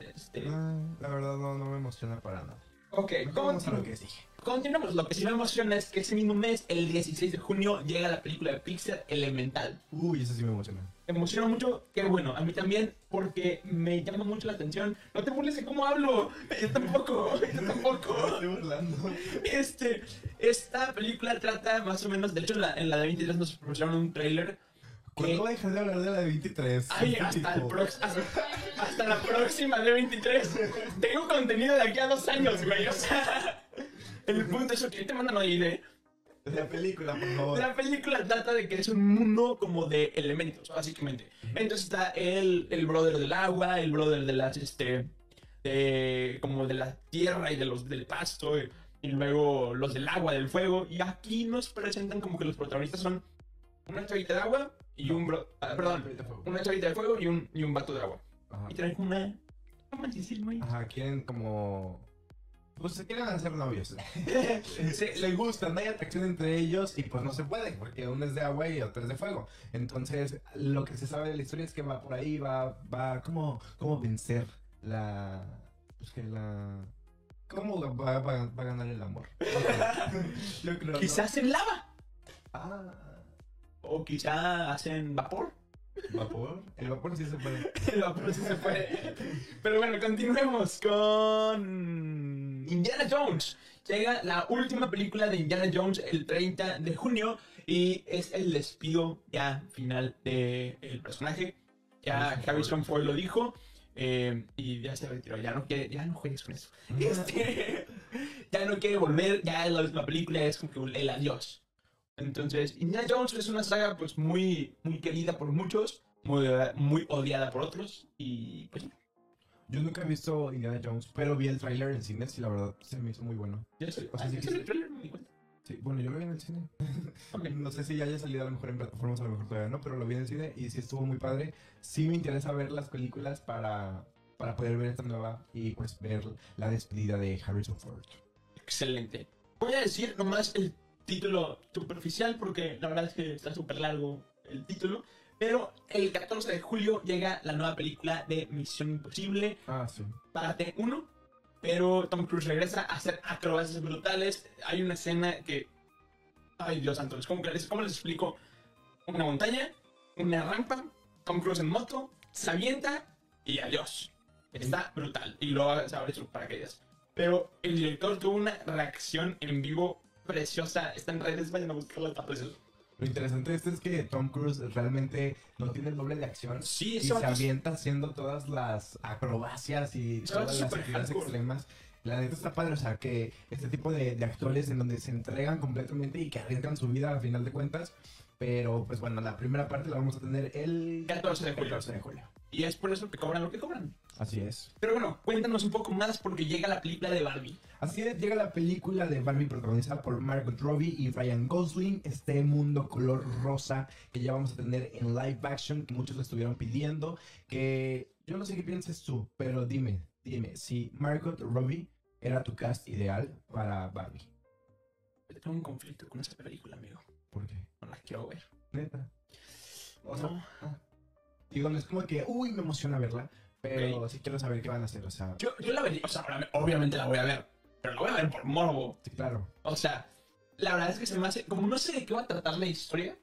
S1: Este,
S2: Ah, la verdad no, no me emociona para nada.
S1: ok,
S2: Mejor
S1: ¿cómo
S2: Vamos a lo que dije.
S1: Continuamos, lo que sí me emociona es que ese mismo mes, el 16 de junio, llega la película de Pixar Elemental.
S2: Uy, eso sí me emociona.
S1: Me emociona mucho, qué bueno, a mí también, porque me llama mucho la atención. No te burles de cómo hablo, yo tampoco, yo tampoco.
S2: Estoy burlando.
S1: Este, esta película trata más o menos, de hecho en la, en la de 23 nos pusieron un trailer.
S2: ¿Cuándo voy a dejar de hablar de la de 23?
S1: Ay, hasta, el
S2: Tipo,
S1: prox- hasta, hasta la próxima de 23. Tengo contenido de aquí a dos años, güey. O sea, el punto es que te mandan a ir, ¿eh?
S2: De la película, por favor.
S1: La película trata de que es un mundo como de elementos, básicamente. Entonces está el, el brother del agua, el brother de las, este, de, como de la tierra y de los del pasto, y, y luego los del agua, del fuego. Y aquí nos presentan como que los protagonistas son una chavita de agua y un bro, ah, perdón, una chavita de fuego y un, y un vato de agua.
S2: Ajá.
S1: Y traen una... romanticismo ahí.
S2: Ajá, quieren como... Pues se quieren hacer novios. Ah. Se- les gustan, hay atracción entre ellos y pues no se puede, porque uno es de agua y otro es de fuego. Entonces, lo que se sabe de la historia es que va por ahí, va, va, cómo, cómo vencer la... Pues que la... ¿Cómo va, va- va- va a ganar el amor? Yo creo, ¿no?
S1: Quizás en lava.
S2: Ah,
S1: O quizá hacen vapor.
S2: ¿Vapor? El vapor sí se puede.
S1: El vapor sí se fue. Pero bueno, continuemos con Indiana Jones. Llega la última película de Indiana Jones el 30 de junio y es el despido ya final del el personaje. Ya
S2: Harrison
S1: Harrison
S2: Ford.
S1: Ford lo dijo eh, y ya se retiró. Ya no, quiere, ya no juegues con eso. Este, ya no quiere volver, ya la última película es como que el adiós. Entonces, Indiana Jones es una saga pues muy, muy querida por muchos, muy, muy odiada por otros y pues
S2: Yo nunca he visto Indiana Jones, pero vi el tráiler en cines y la verdad se me hizo muy bueno.
S1: ya estoy.
S2: O sea, sí,
S1: Ah,
S2: sí,
S1: ¿es el
S2: sí.
S1: trailer? No me di cuenta.
S2: Sí, bueno, yo lo vi en el cine.
S1: Ok.
S2: No sé si ya haya salido a lo mejor en plataformas, a lo mejor todavía no, pero lo vi en el cine y sí estuvo muy padre. Sí me interesa ver las películas para, para poder ver esta nueva y pues ver la despedida de Harrison Ford.
S1: Excelente. Voy a decir nomás el título superficial porque la verdad es que está súper largo el título. Pero el 14 de julio llega la nueva película de Misión Imposible,
S2: Ah, sí.
S1: parte 1, pero Tom Cruise regresa a hacer acrobacias brutales. Hay una escena que. Ay, Dios santo, es como que les- ¿cómo les explico? Una montaña, una rampa, Tom Cruise en moto, se avienta y adiós. Está brutal. Y luego se abre sus paracaídas. Pero el director tuvo una reacción en vivo preciosa. Está en redes, vayan a buscarla, está preciosa.
S2: Lo interesante de esto es que Tom Cruise realmente no tiene el doble de acción.
S1: Sí,
S2: Y
S1: eso
S2: se avienta haciendo todas las acrobacias y
S1: Eso
S2: todas
S1: es
S2: las
S1: súper
S2: actividades
S1: hardcore.
S2: extremas. La neta está padre, o sea, que este tipo de, de actores en donde se entregan completamente y que arriesgan su vida a final de cuentas. Pero, pues bueno, la primera parte la vamos a tener el
S1: 14 de julio.
S2: 14 de julio.
S1: Y es por eso que cobran lo que cobran.
S2: Así es.
S1: Pero bueno, cuéntanos un poco más porque llega la película de Barbie.
S2: Así es, llega la película de Barbie protagonizada por Margot Robbie y Ryan Gosling, este mundo color rosa que ya vamos a tener en live action, que muchos lo estuvieron pidiendo, que yo no sé qué pienses tú, pero dime, dime, si Margot Robbie era tu cast ideal para Barbie.
S1: Tengo un conflicto con esta película, amigo.
S2: ¿Por qué?
S1: No la quiero ver.
S2: Neta. O sea,
S1: No.
S2: digo, no es como que, uy, me emociona verla, pero sí quiero saber qué van a hacer, o sea,
S1: Yo, yo la vería, o sea, ahora- obviamente la voy a ver, pero la voy a ver por morbo.
S2: sí, claro.
S1: O sea, la verdad es que se me hace, como no sé de qué va a tratar la historia,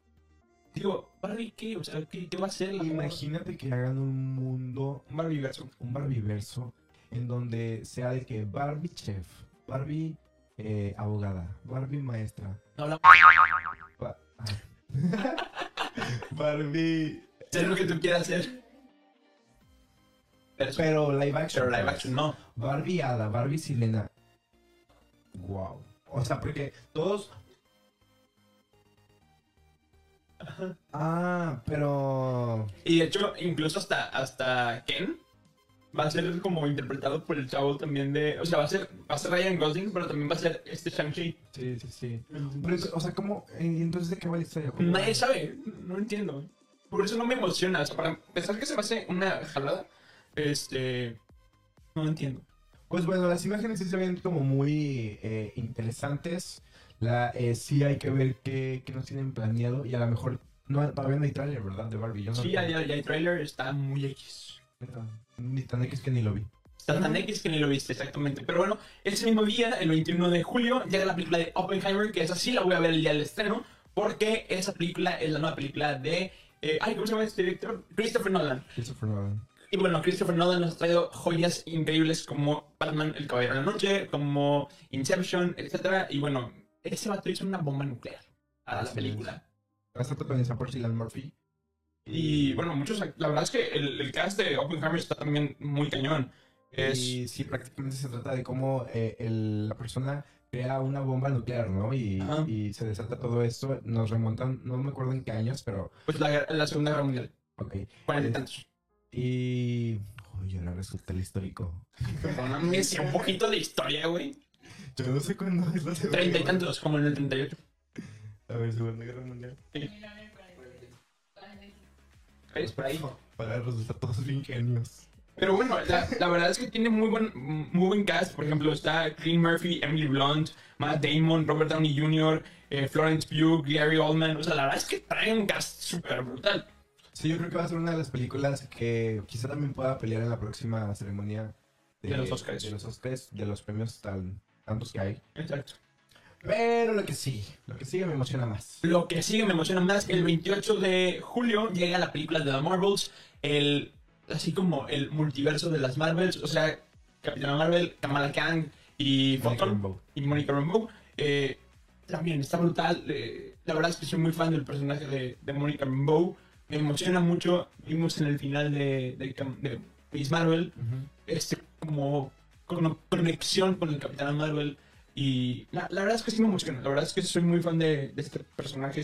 S1: digo, Barbie, ¿qué? O sea, ¿qué, qué va a ser la
S2: Imagínate que hagan un mundo
S1: Un Barbie verso.
S2: un Barbieverso en donde sea de que Barbie chef, Barbie eh, abogada, Barbie maestra,
S1: No, la
S2: ba- Barbie,
S1: Hacer lo que tú quieras hacer. Verso.
S2: pero live action, pues.
S1: Pero live action no.
S2: Barbie hada, Barbie silena. Wow. O sea, porque todos. Ah, pero Ah,
S1: Y de hecho, incluso hasta, hasta Ken va a ser como interpretado por el chavo también de. O sea, va a ser, va a ser Ryan Gosling, pero también va a ser este Shang-Chi.
S2: Sí, sí, sí. Pero, es- o sea, ¿cómo? eh, Entonces, ¿de qué va la historia? ¿Cómo va?
S1: Nadie sabe, no entiendo. Por eso no me emociona. O sea, para pensar que se me hace una jalada, este. No entiendo.
S2: Pues bueno, las imágenes sí se ven como muy eh, interesantes. La, eh, sí hay que ver qué, qué nos tienen planeado y a lo mejor no, todavía no hay trailer, ¿verdad? De Barbie. Yo no
S1: Sí, ya, ya, ya el trailer está muy X.
S2: Ni tan X que ni lo vi.
S1: Está tan X que ni lo viste exactamente. Pero bueno, ese mismo día, el 21 de julio, llega la película de Oppenheimer, que esa sí la voy a ver el día del estreno, porque esa película es la nueva película de. eh, ay, ¿cómo se llama este director? Christopher Nolan.
S2: Christopher Nolan.
S1: Y bueno, Christopher Nolan nos ha traído joyas increíbles como Batman, El Caballero de la Noche, como Inception, etc. Y bueno, ese vato hizo una bomba nuclear a la
S2: Así
S1: película.
S2: Está protagonizada por Cillian Murphy.
S1: Y bueno, muchos, act- la verdad es que el, el cast de Oppenheimer está también muy cañón. Es,
S2: Y sí, prácticamente se trata de cómo eh, el- la persona crea una bomba nuclear, ¿no? Y,
S1: Ajá.
S2: y se desata todo esto. Nos remontan, no me acuerdo en qué años, pero...
S1: pues, la, la Segunda Guerra Mundial,
S2: Ok.
S1: cuarenta y tantos.
S2: Y... Uy, ahora resulta el histórico.
S1: Perdóname, sí, un poquito de historia, güey.
S2: Yo no sé cuándo es la Segunda
S1: Treinta y
S2: Guerra-
S1: tantos, como en el 38.
S2: A ver, Segunda Guerra Mundial.
S1: ¿Ves? Por ahí.
S2: Para resultar todos bien genios.
S1: Pero bueno, la, la verdad es que tiene muy buen, muy buen cast. Por ejemplo, está Clint Murphy, Emily Blunt, Matt Damon, Robert Downey Jr., eh, Florence Pugh, Gary Oldman. O sea, la verdad es que trae un cast súper brutal.
S2: Sí, yo creo que va a ser una de las películas que quizá también pueda pelear en la próxima ceremonia
S1: De los Oscars.
S2: De los Oscars, de los premios tan, tantos que hay.
S1: Exacto.
S2: Pero lo que sí, lo que sigue me emociona más.
S1: Lo que sigue me emociona más, el 28 de julio llega la película de The Marvels, el, así como el multiverso de las Marvels, o sea, Capitana Marvel, Kamala Khan y
S2: Monica
S1: Photon
S2: Rambeau.
S1: y Monica Rambeau. eh, también está brutal, eh, la verdad es que soy muy fan del personaje de, de Monica Rambeau, me emociona mucho, vimos en el final de, de, Cam- de Miss Marvel, este como con- conexión con el Capitán Marvel. Y la, la verdad es que sí me emociona. La verdad es que soy muy fan de, de este personaje,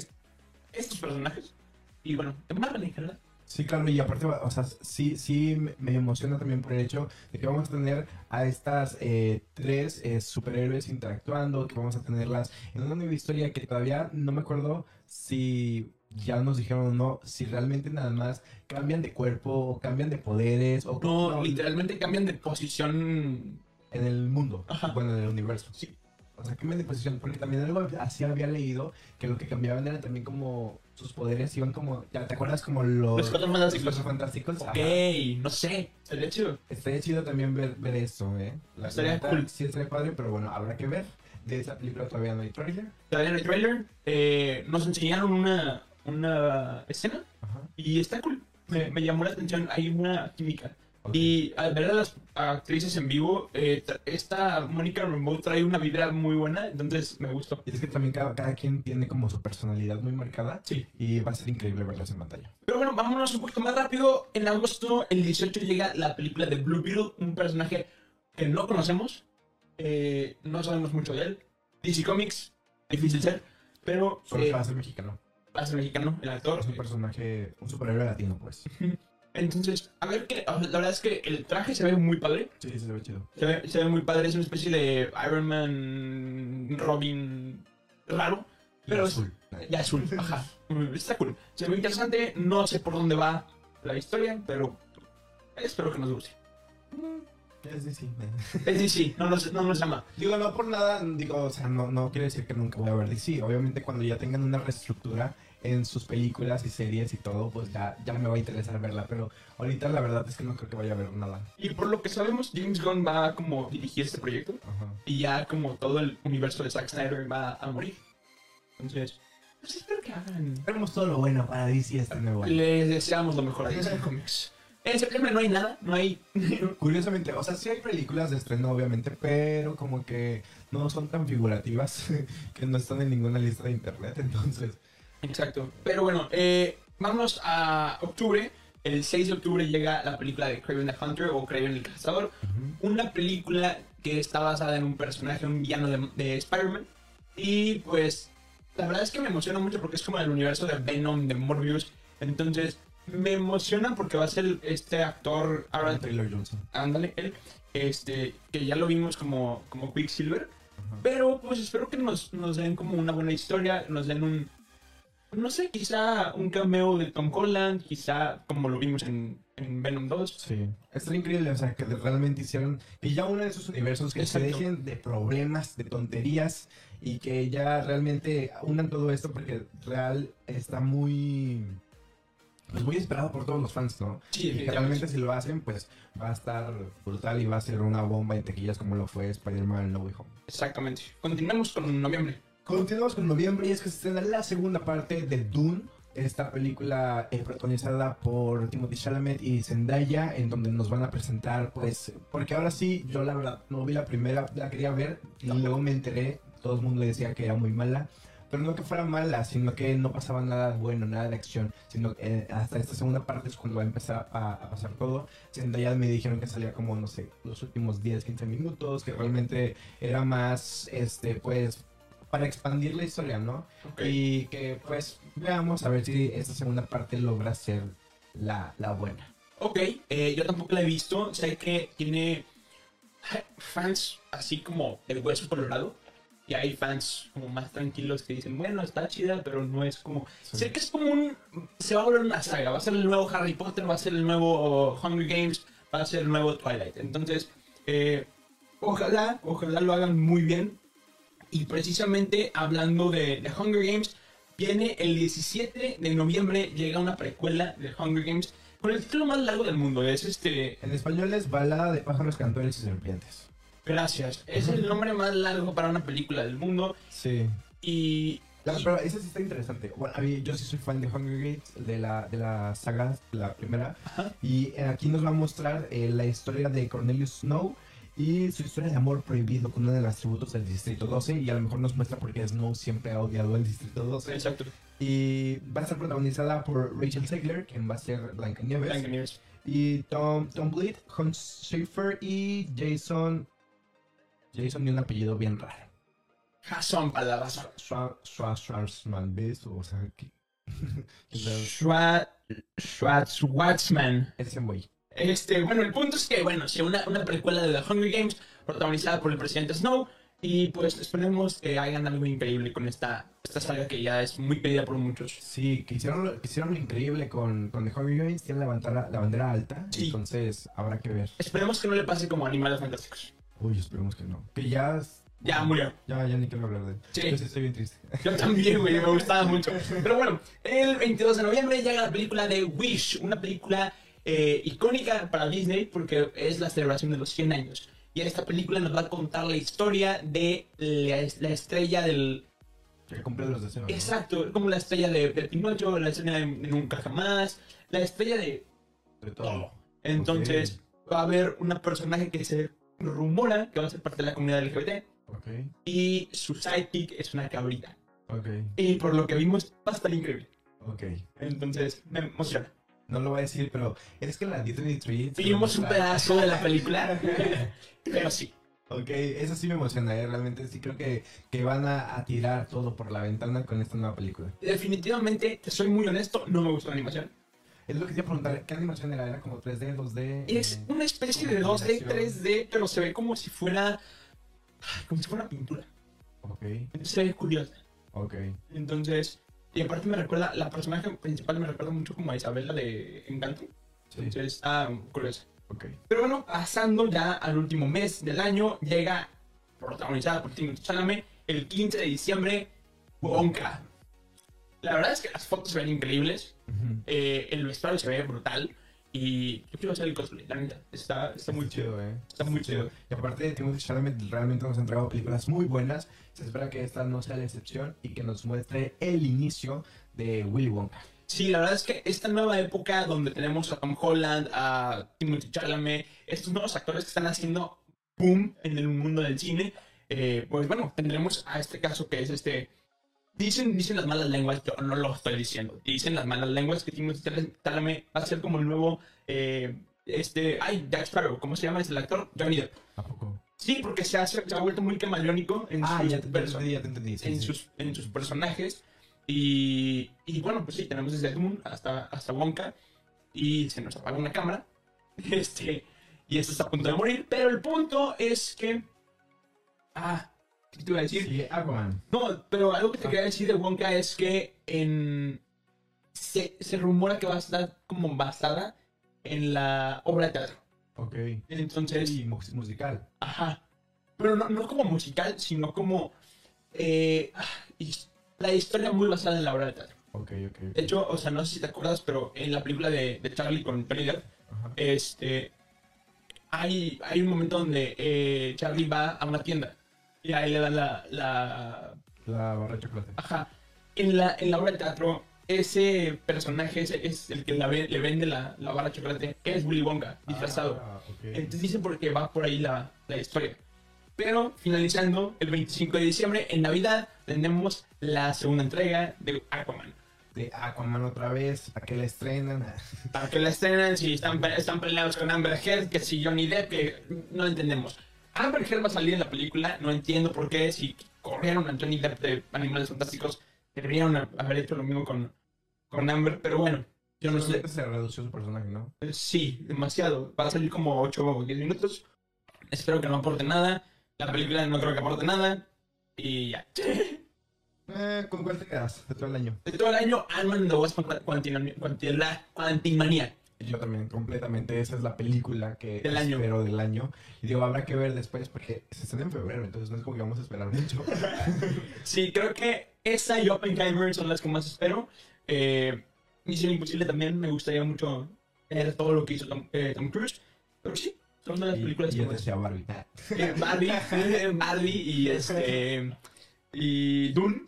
S1: estos personajes. Y bueno, de Marvel en general.
S2: Sí, claro, y aparte, va- o sea, sí, sí me- me emociona también por el hecho de que vamos a tener a estas eh, tres eh, superhéroes interactuando, que vamos a tenerlas en una nueva historia que todavía no me acuerdo si ya nos dijeron o no, si realmente nada más cambian de cuerpo o cambian de poderes o
S1: No,
S2: no,
S1: literalmente cambian de posición.
S2: en el mundo,
S1: Ajá.
S2: bueno, en el universo.
S1: Sí.
S2: O sea, cambian de posición, porque también algo así había leído, que lo que cambiaban era también como sus poderes iban como, ya, ¿te acuerdas como los...
S1: Los cuatro
S2: los
S1: fantásticos.
S2: Cuatro fantásticos.
S1: Ok,
S2: Ajá.
S1: no sé. Sería chido.
S2: Estaría chido también ver, ver eso, ¿eh? La
S1: Estaría
S2: neta,
S1: cool.
S2: Sí, estaría padre, pero bueno, habrá que ver. De esa película todavía no hay trailer.
S1: Todavía en el trailer eh, nos enseñaron una, una escena
S2: Ajá.
S1: y está cool. Me, me llamó la atención. Hay una química.
S2: Ok.
S1: Y al ver a las actrices en vivo, eh, tra- esta Mónica Rambeau trae una vibra muy buena, entonces me gustó.
S2: Y es que también cada, cada quien tiene como su personalidad muy marcada.
S1: Sí.
S2: Y va a ser increíble verlos en pantalla.
S1: Pero bueno, vámonos un poquito más rápido. En agosto, el 18, llega la película de Blue Beetle, un personaje que no conocemos, eh, no sabemos mucho de él. DC Comics, difícil ser, pero
S2: Solo
S1: eh,
S2: que va a ser mexicano.
S1: va a ser mexicano, el actor.
S2: Es un personaje, un superhéroe latino, pues.
S1: Entonces, a ver qué. o sea, La verdad es que el traje se ve muy padre.
S2: Sí, sí, se ve chido.
S1: Se ve, se ve muy padre, es una especie de Iron Man, Robin raro. Pero
S2: Y
S1: es-
S2: azul.
S1: Y azul, ajá. Mm, Está cool. Se ve interesante, no sé por dónde va la historia, pero espero que nos guste.
S2: Sí, sí, sí.
S1: Es DC, no nos, no nos llama.
S2: Digo, no por nada, digo, o sea, no, no quiere decir que nunca voy a ver DC. Obviamente cuando ya tengan una reestructura en sus películas y series y todo, pues ya, ya me va a interesar verla. Pero ahorita la verdad es que no creo que vaya a ver nada.
S1: Y por lo que sabemos, James Gunn va a como dirigir este proyecto
S2: Ajá.
S1: y ya como todo el universo de Zack Snyder va a morir. Entonces, pues espero que hagan.
S2: Esperemos todo lo bueno para DC este nuevo año.
S1: Les deseamos lo mejor a DC Comics. En septiembre no hay nada, no hay...
S2: Curiosamente, o sea, sí hay películas de estreno, obviamente, pero como que no son tan figurativas que no están en ninguna lista de internet. Entonces,
S1: Exacto. Pero bueno, eh, vamos a octubre. El 6 de octubre llega la película de Craven the Hunter o Craven el Cazador. una película que está basada en un personaje, un villano de, de Spider-Man. Y pues, la verdad es que me emociona mucho porque es como el universo de Venom, de Morbius. Entonces, me emociona porque va a ser este actor Aaron
S2: Taylor Johnson.
S1: Ándale, él, este, que ya lo vimos como, como Quicksilver. Pero pues espero que nos, nos den como una buena historia, nos den un, no sé, quizá un cameo de Tom Holland, quizá como lo vimos en, en Venom 2.
S2: Sí. Está increíble, o sea, que de- realmente hicieron. Y ya uno de esos universos que
S1: Exacto.
S2: se dejen de problemas, de tonterías, y que ya realmente unan todo esto porque real está muy. Pues muy esperado por todos los fans, ¿no?
S1: Sí,
S2: Y que realmente si lo hacen, pues va a estar brutal y va a ser una bomba en tequillas como lo fue Spider-Man No Way Home.
S1: Exactamente. Continuemos con noviembre.
S2: Continuamos con noviembre y es que se estrena la segunda parte de Dune, esta película eh, protagonizada por Timothy Chalamet y Zendaya, en donde nos van a presentar, pues, porque ahora sí, yo la verdad no vi la primera, la quería ver y luego me enteré, todo el mundo decía que era muy mala, pero no que fuera mala, sino que no pasaba nada bueno, nada de acción, sino que eh, hasta esta segunda parte es cuando va a empezar a, a pasar todo. Zendaya me dijeron que salía como, no sé, los últimos 10, 15 minutos, que realmente era más, este, pues para expandir la historia, ¿no? Y que pues veamos a ver si esta segunda parte logra ser la, la buena.
S1: Ok, eh, yo tampoco la he visto. Sé que tiene fans así como el hueso colorado. Y hay fans como más tranquilos que dicen, bueno, está chida, pero no es como... Sé que es como un... Se va a volver una saga. Va a ser el nuevo Harry Potter, va a ser el nuevo Hunger Games, va a ser el nuevo Twilight. Entonces, eh, ojalá, ojalá lo hagan muy bien. Y precisamente hablando de, de Hunger Games, viene el 17 de noviembre, llega una precuela de Hunger Games con el título más largo del mundo. Es este.
S2: En español es Balada de pájaros, cantores y serpientes.
S1: Gracias. Es el nombre más largo para una película del mundo.
S2: Sí.
S1: Y.
S2: La,
S1: y-
S2: pero esa sí está interesante. Bueno, a mí, yo sí soy fan de Hunger Games, de la, de la saga, la primera.
S1: Ajá.
S2: Y eh, aquí nos va a mostrar eh, la historia de Cornelius Snow y su historia de amor prohibido con una de las tributos del Distrito 12. Y a lo mejor nos muestra por qué Snow siempre ha odiado el Distrito 12.
S1: Exacto.
S2: Y va a ser protagonizada por Rachel Zegler, quien va a ser Blancanieves.
S1: Blancanieves.
S2: Y Tom, Tom Blyth, Hans Schaefer y Jason. Jason y un apellido bien raro.
S1: Jason Palabas.
S2: Schwa- Schwa- Schwarzman, ¿ves? O sea, ¿qué? ¿Quién sabe?
S1: Schwa- Schwarzwatzman.
S2: Ese güey.
S1: Este, bueno, el punto es que, bueno, sea una, una precuela de The Hunger Games protagonizada por el presidente Snow. Y pues esperemos que hagan algo increíble con esta, esta saga que ya es muy pedida por muchos.
S2: Sí, que hicieron, lo- que hicieron lo increíble con, con The Hunger Games. Tienen la bandera, la bandera alta.
S1: Sí.
S2: Entonces, habrá que ver.
S1: Esperemos que no le pase como a Animales Fantásticos.
S2: Uy, esperemos que no. Que ya.
S1: Ya murió.
S2: Ya, ya ni quiero hablar de él.
S1: Sí.
S2: Yo sí estoy bien triste.
S1: Yo también, güey, me gustaba mucho. Pero bueno, el 22 de noviembre llega la película de Wish, una película eh, icónica para Disney porque es la celebración de los 100 años. Y en esta película nos va a contar la historia de la, la estrella del,
S2: Que cumple los deseos. ¿no?
S1: Exacto, como la estrella de, de Pinocho, la estrella de, de Nunca Jamás, la estrella de
S2: De todo.
S1: todo. Entonces, va a haber una personaje que se rumora que va a ser parte de la comunidad LGBT
S2: Ok.
S1: y su sidekick es una cabrita.
S2: Ok.
S1: Y por lo que vimos, va a estar increíble.
S2: Ok.
S1: Entonces, me emociona.
S2: No lo voy a decir, pero es que la Disney Treat.
S1: Vimos un pedazo de la película, pero sí.
S2: Ok, eso sí me emociona, eh, realmente sí creo que, que van a, a tirar todo por la ventana con esta nueva película.
S1: Definitivamente, te soy muy honesto, no me gustó la animación.
S2: Es lo que te iba a preguntar, ¿qué animación era? ¿Era como 3D, 2D?
S1: Es
S2: Eh,
S1: una especie de 2D,
S2: Combinación.
S1: 3D, pero se ve como si fuera. como si fuera una pintura.
S2: Ok,
S1: Se ve curiosa.
S2: ok.
S1: Entonces, y aparte me recuerda, la personaje principal me recuerda mucho como a Isabela de Encanto.
S2: Sí,
S1: Entonces, está curiosa.
S2: ok.
S1: Pero bueno, pasando ya al último mes del año, llega protagonizada por Timothy Chalamet el 15 de diciembre, Wonka. La verdad es que las fotos se ven increíbles,
S2: Ujú.
S1: eh, el vestuario se ve brutal y yo quiero hacer el cosplay, la neta, está, está muy chido.
S2: eh.
S1: Está muy chido.
S2: Y aparte, Timothy Chalamet realmente nos ha entregado películas muy buenas. Se espera que esta no sea la excepción y que nos muestre el inicio de Willy Wonka.
S1: Sí, la verdad es que esta nueva época donde tenemos a Tom Holland, a Timothy Chalamet, estos nuevos actores que están haciendo boom en el mundo del cine, eh, pues bueno, tendremos a este caso que es este... Dicen, dicen las malas lenguas, yo no lo estoy diciendo. Dicen las malas lenguas que Timothy Chal- Chalamet va a ser como el nuevo... eh, este, ay, Jack Sparrow, ¿cómo se llama es el actor? Johnny Depp.
S2: ¿A poco?
S1: Sí, porque se, hace- se ha vuelto muy camaleónico en
S2: Ah,
S1: sus
S2: ya te
S1: perso-
S2: entendí, ya te entendí. sí,
S1: en
S2: sí.
S1: sus, en sus personajes. Y, y bueno, pues sí, tenemos desde Dune hasta, hasta Wonka. y se nos apaga una cámara. Este, y esto está a punto de morir. Pero el punto es que. Ah, ¿qué te iba a decir?
S2: Sí, Aquaman.
S1: No, pero algo que te
S2: Ah.
S1: quería decir de Wonka es que en. Se, se rumora que va a estar como basada en la obra de teatro.
S2: Ok.
S1: Entonces.
S2: Y mu- musical.
S1: Ajá. Pero no, no como musical, sino como. eh, ah, his- la historia muy basada en la obra de teatro.
S2: Ok, ok.
S1: De hecho, o sea, no sé si te acuerdas, pero en la película de, de Charlie con Johnny Depp,
S2: Ajá.
S1: este. Hay, hay un momento donde eh, Charlie va a una tienda y ahí le dan la- la
S2: La barra de chocolate.
S1: Ajá. En la, en la obra de teatro, ese personaje es, es el que la ve- le vende la, la barra de chocolate, que es Willy Wonka, disfrazado.
S2: Ah, ok.
S1: Entonces dicen porque va por ahí la, la historia. Pero finalizando, el 25 de diciembre, en Navidad, tenemos la segunda entrega de ah, Aquaman.
S2: De Aquaman otra vez, para que la estrenan.
S1: Para que la estrenan, si están, pe- están peleados con Amber Heard, que si Johnny Depp, que no entendemos. Amber Heard va a salir en la película, no entiendo por qué, si corrieron a Johnny Depp de Animales Fantásticos, deberían a- haber hecho lo mismo con, con Amber, pero bueno, yo no sé.
S2: Solamente Se redució su personaje, ¿no?
S1: Sí, demasiado. Va a salir como 8 o 10 minutos. Espero que no aporte nada. La película no creo que aporte nada. Y ya.
S2: Eh, ¿Con cuál te quedas de todo el año?
S1: De todo el año, Ant-Man and the Wasp Quantinom- Quantil- Quantimania.
S2: Yo también, completamente. Esa es la película que
S1: Del año.
S2: espero del año. Y digo, habrá que ver después porque se estrena en febrero, entonces no es como que vamos a esperar mucho.
S1: Sí, creo que esa y Oppenheimer son las que más espero. Eh, Misión Imposible también me gustaría mucho ver todo lo que hizo Tom, eh, Tom Cruise. Pero sí, son de las
S2: Y-
S1: películas
S2: y
S1: que
S2: yo
S1: más.
S2: decía Barbie.
S1: Eh, Barbie, eh, Barbie y este. Y Dune.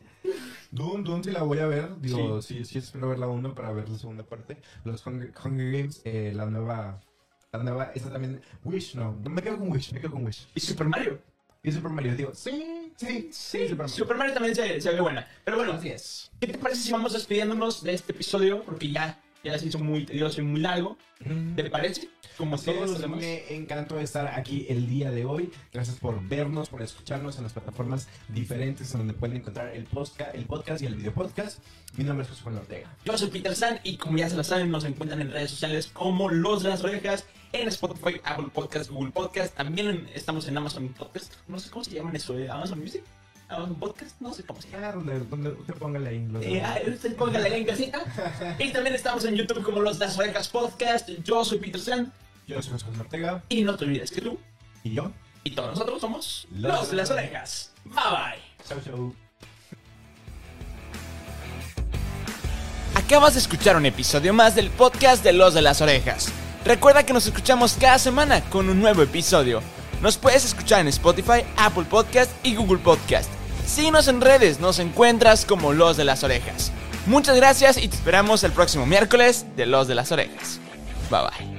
S2: Doom, Doom sí la voy a ver. Digo, sí, sí, espero ver la 1 para ver la segunda parte. Los Hunger, Hunger Games, eh, la nueva. La nueva, esa también. Wish, no. No me quedo con Wish, me quedo con Wish.
S1: Y Super Mario.
S2: Y Super Mario, digo, sí, sí,
S1: Sí,
S2: Super
S1: Super
S2: Mario.
S1: Mario, también se, se ve buena. Pero bueno,
S2: Así es.
S1: ¿qué te parece si vamos despidiéndonos de este episodio? Porque ya, ya se hizo muy tedioso y muy largo. ¿Te parece? Como
S2: Así
S1: todos
S2: es,
S1: los demás.
S2: Me encantó estar aquí el día de hoy. Gracias por vernos, por escucharnos en las plataformas diferentes donde pueden encontrar el podcast, el podcast y el video podcast. Mi nombre es José Juan Ortega.
S1: Yo soy Peter San y como ya se la saben, nos encuentran en redes sociales como Los de las Orejas, en Spotify, Apple Podcast, Google Podcast, también en- estamos en Amazon Podcast, no sé cómo se llaman eso, ¿eh? Amazon Music, Amazon Podcast, no sé cómo se llama.
S2: Ah, donde, donde te pongan ahí. los
S1: Eh, ah,
S2: demás.
S1: usted póngale ahí en casita. Y también estamos en YouTube como Los de las Orejas Podcast. Yo soy Peter San
S2: Yo soy José Juan Ortega
S1: y no te olvides que tú
S2: y yo.
S1: y todos nosotros somos
S2: Los
S1: Los de las Orejas. Bye bye.
S2: Chau, chau.
S3: Acabas de escuchar un episodio más del podcast de Los de las Orejas. Recuerda que nos escuchamos cada semana con un nuevo episodio. Nos puedes escuchar en Spotify, Apple Podcast y Google Podcast. Síguenos en redes, nos encuentras como Los de las Orejas. Muchas gracias y te esperamos el próximo miércoles de Los de las Orejas. Bye bye.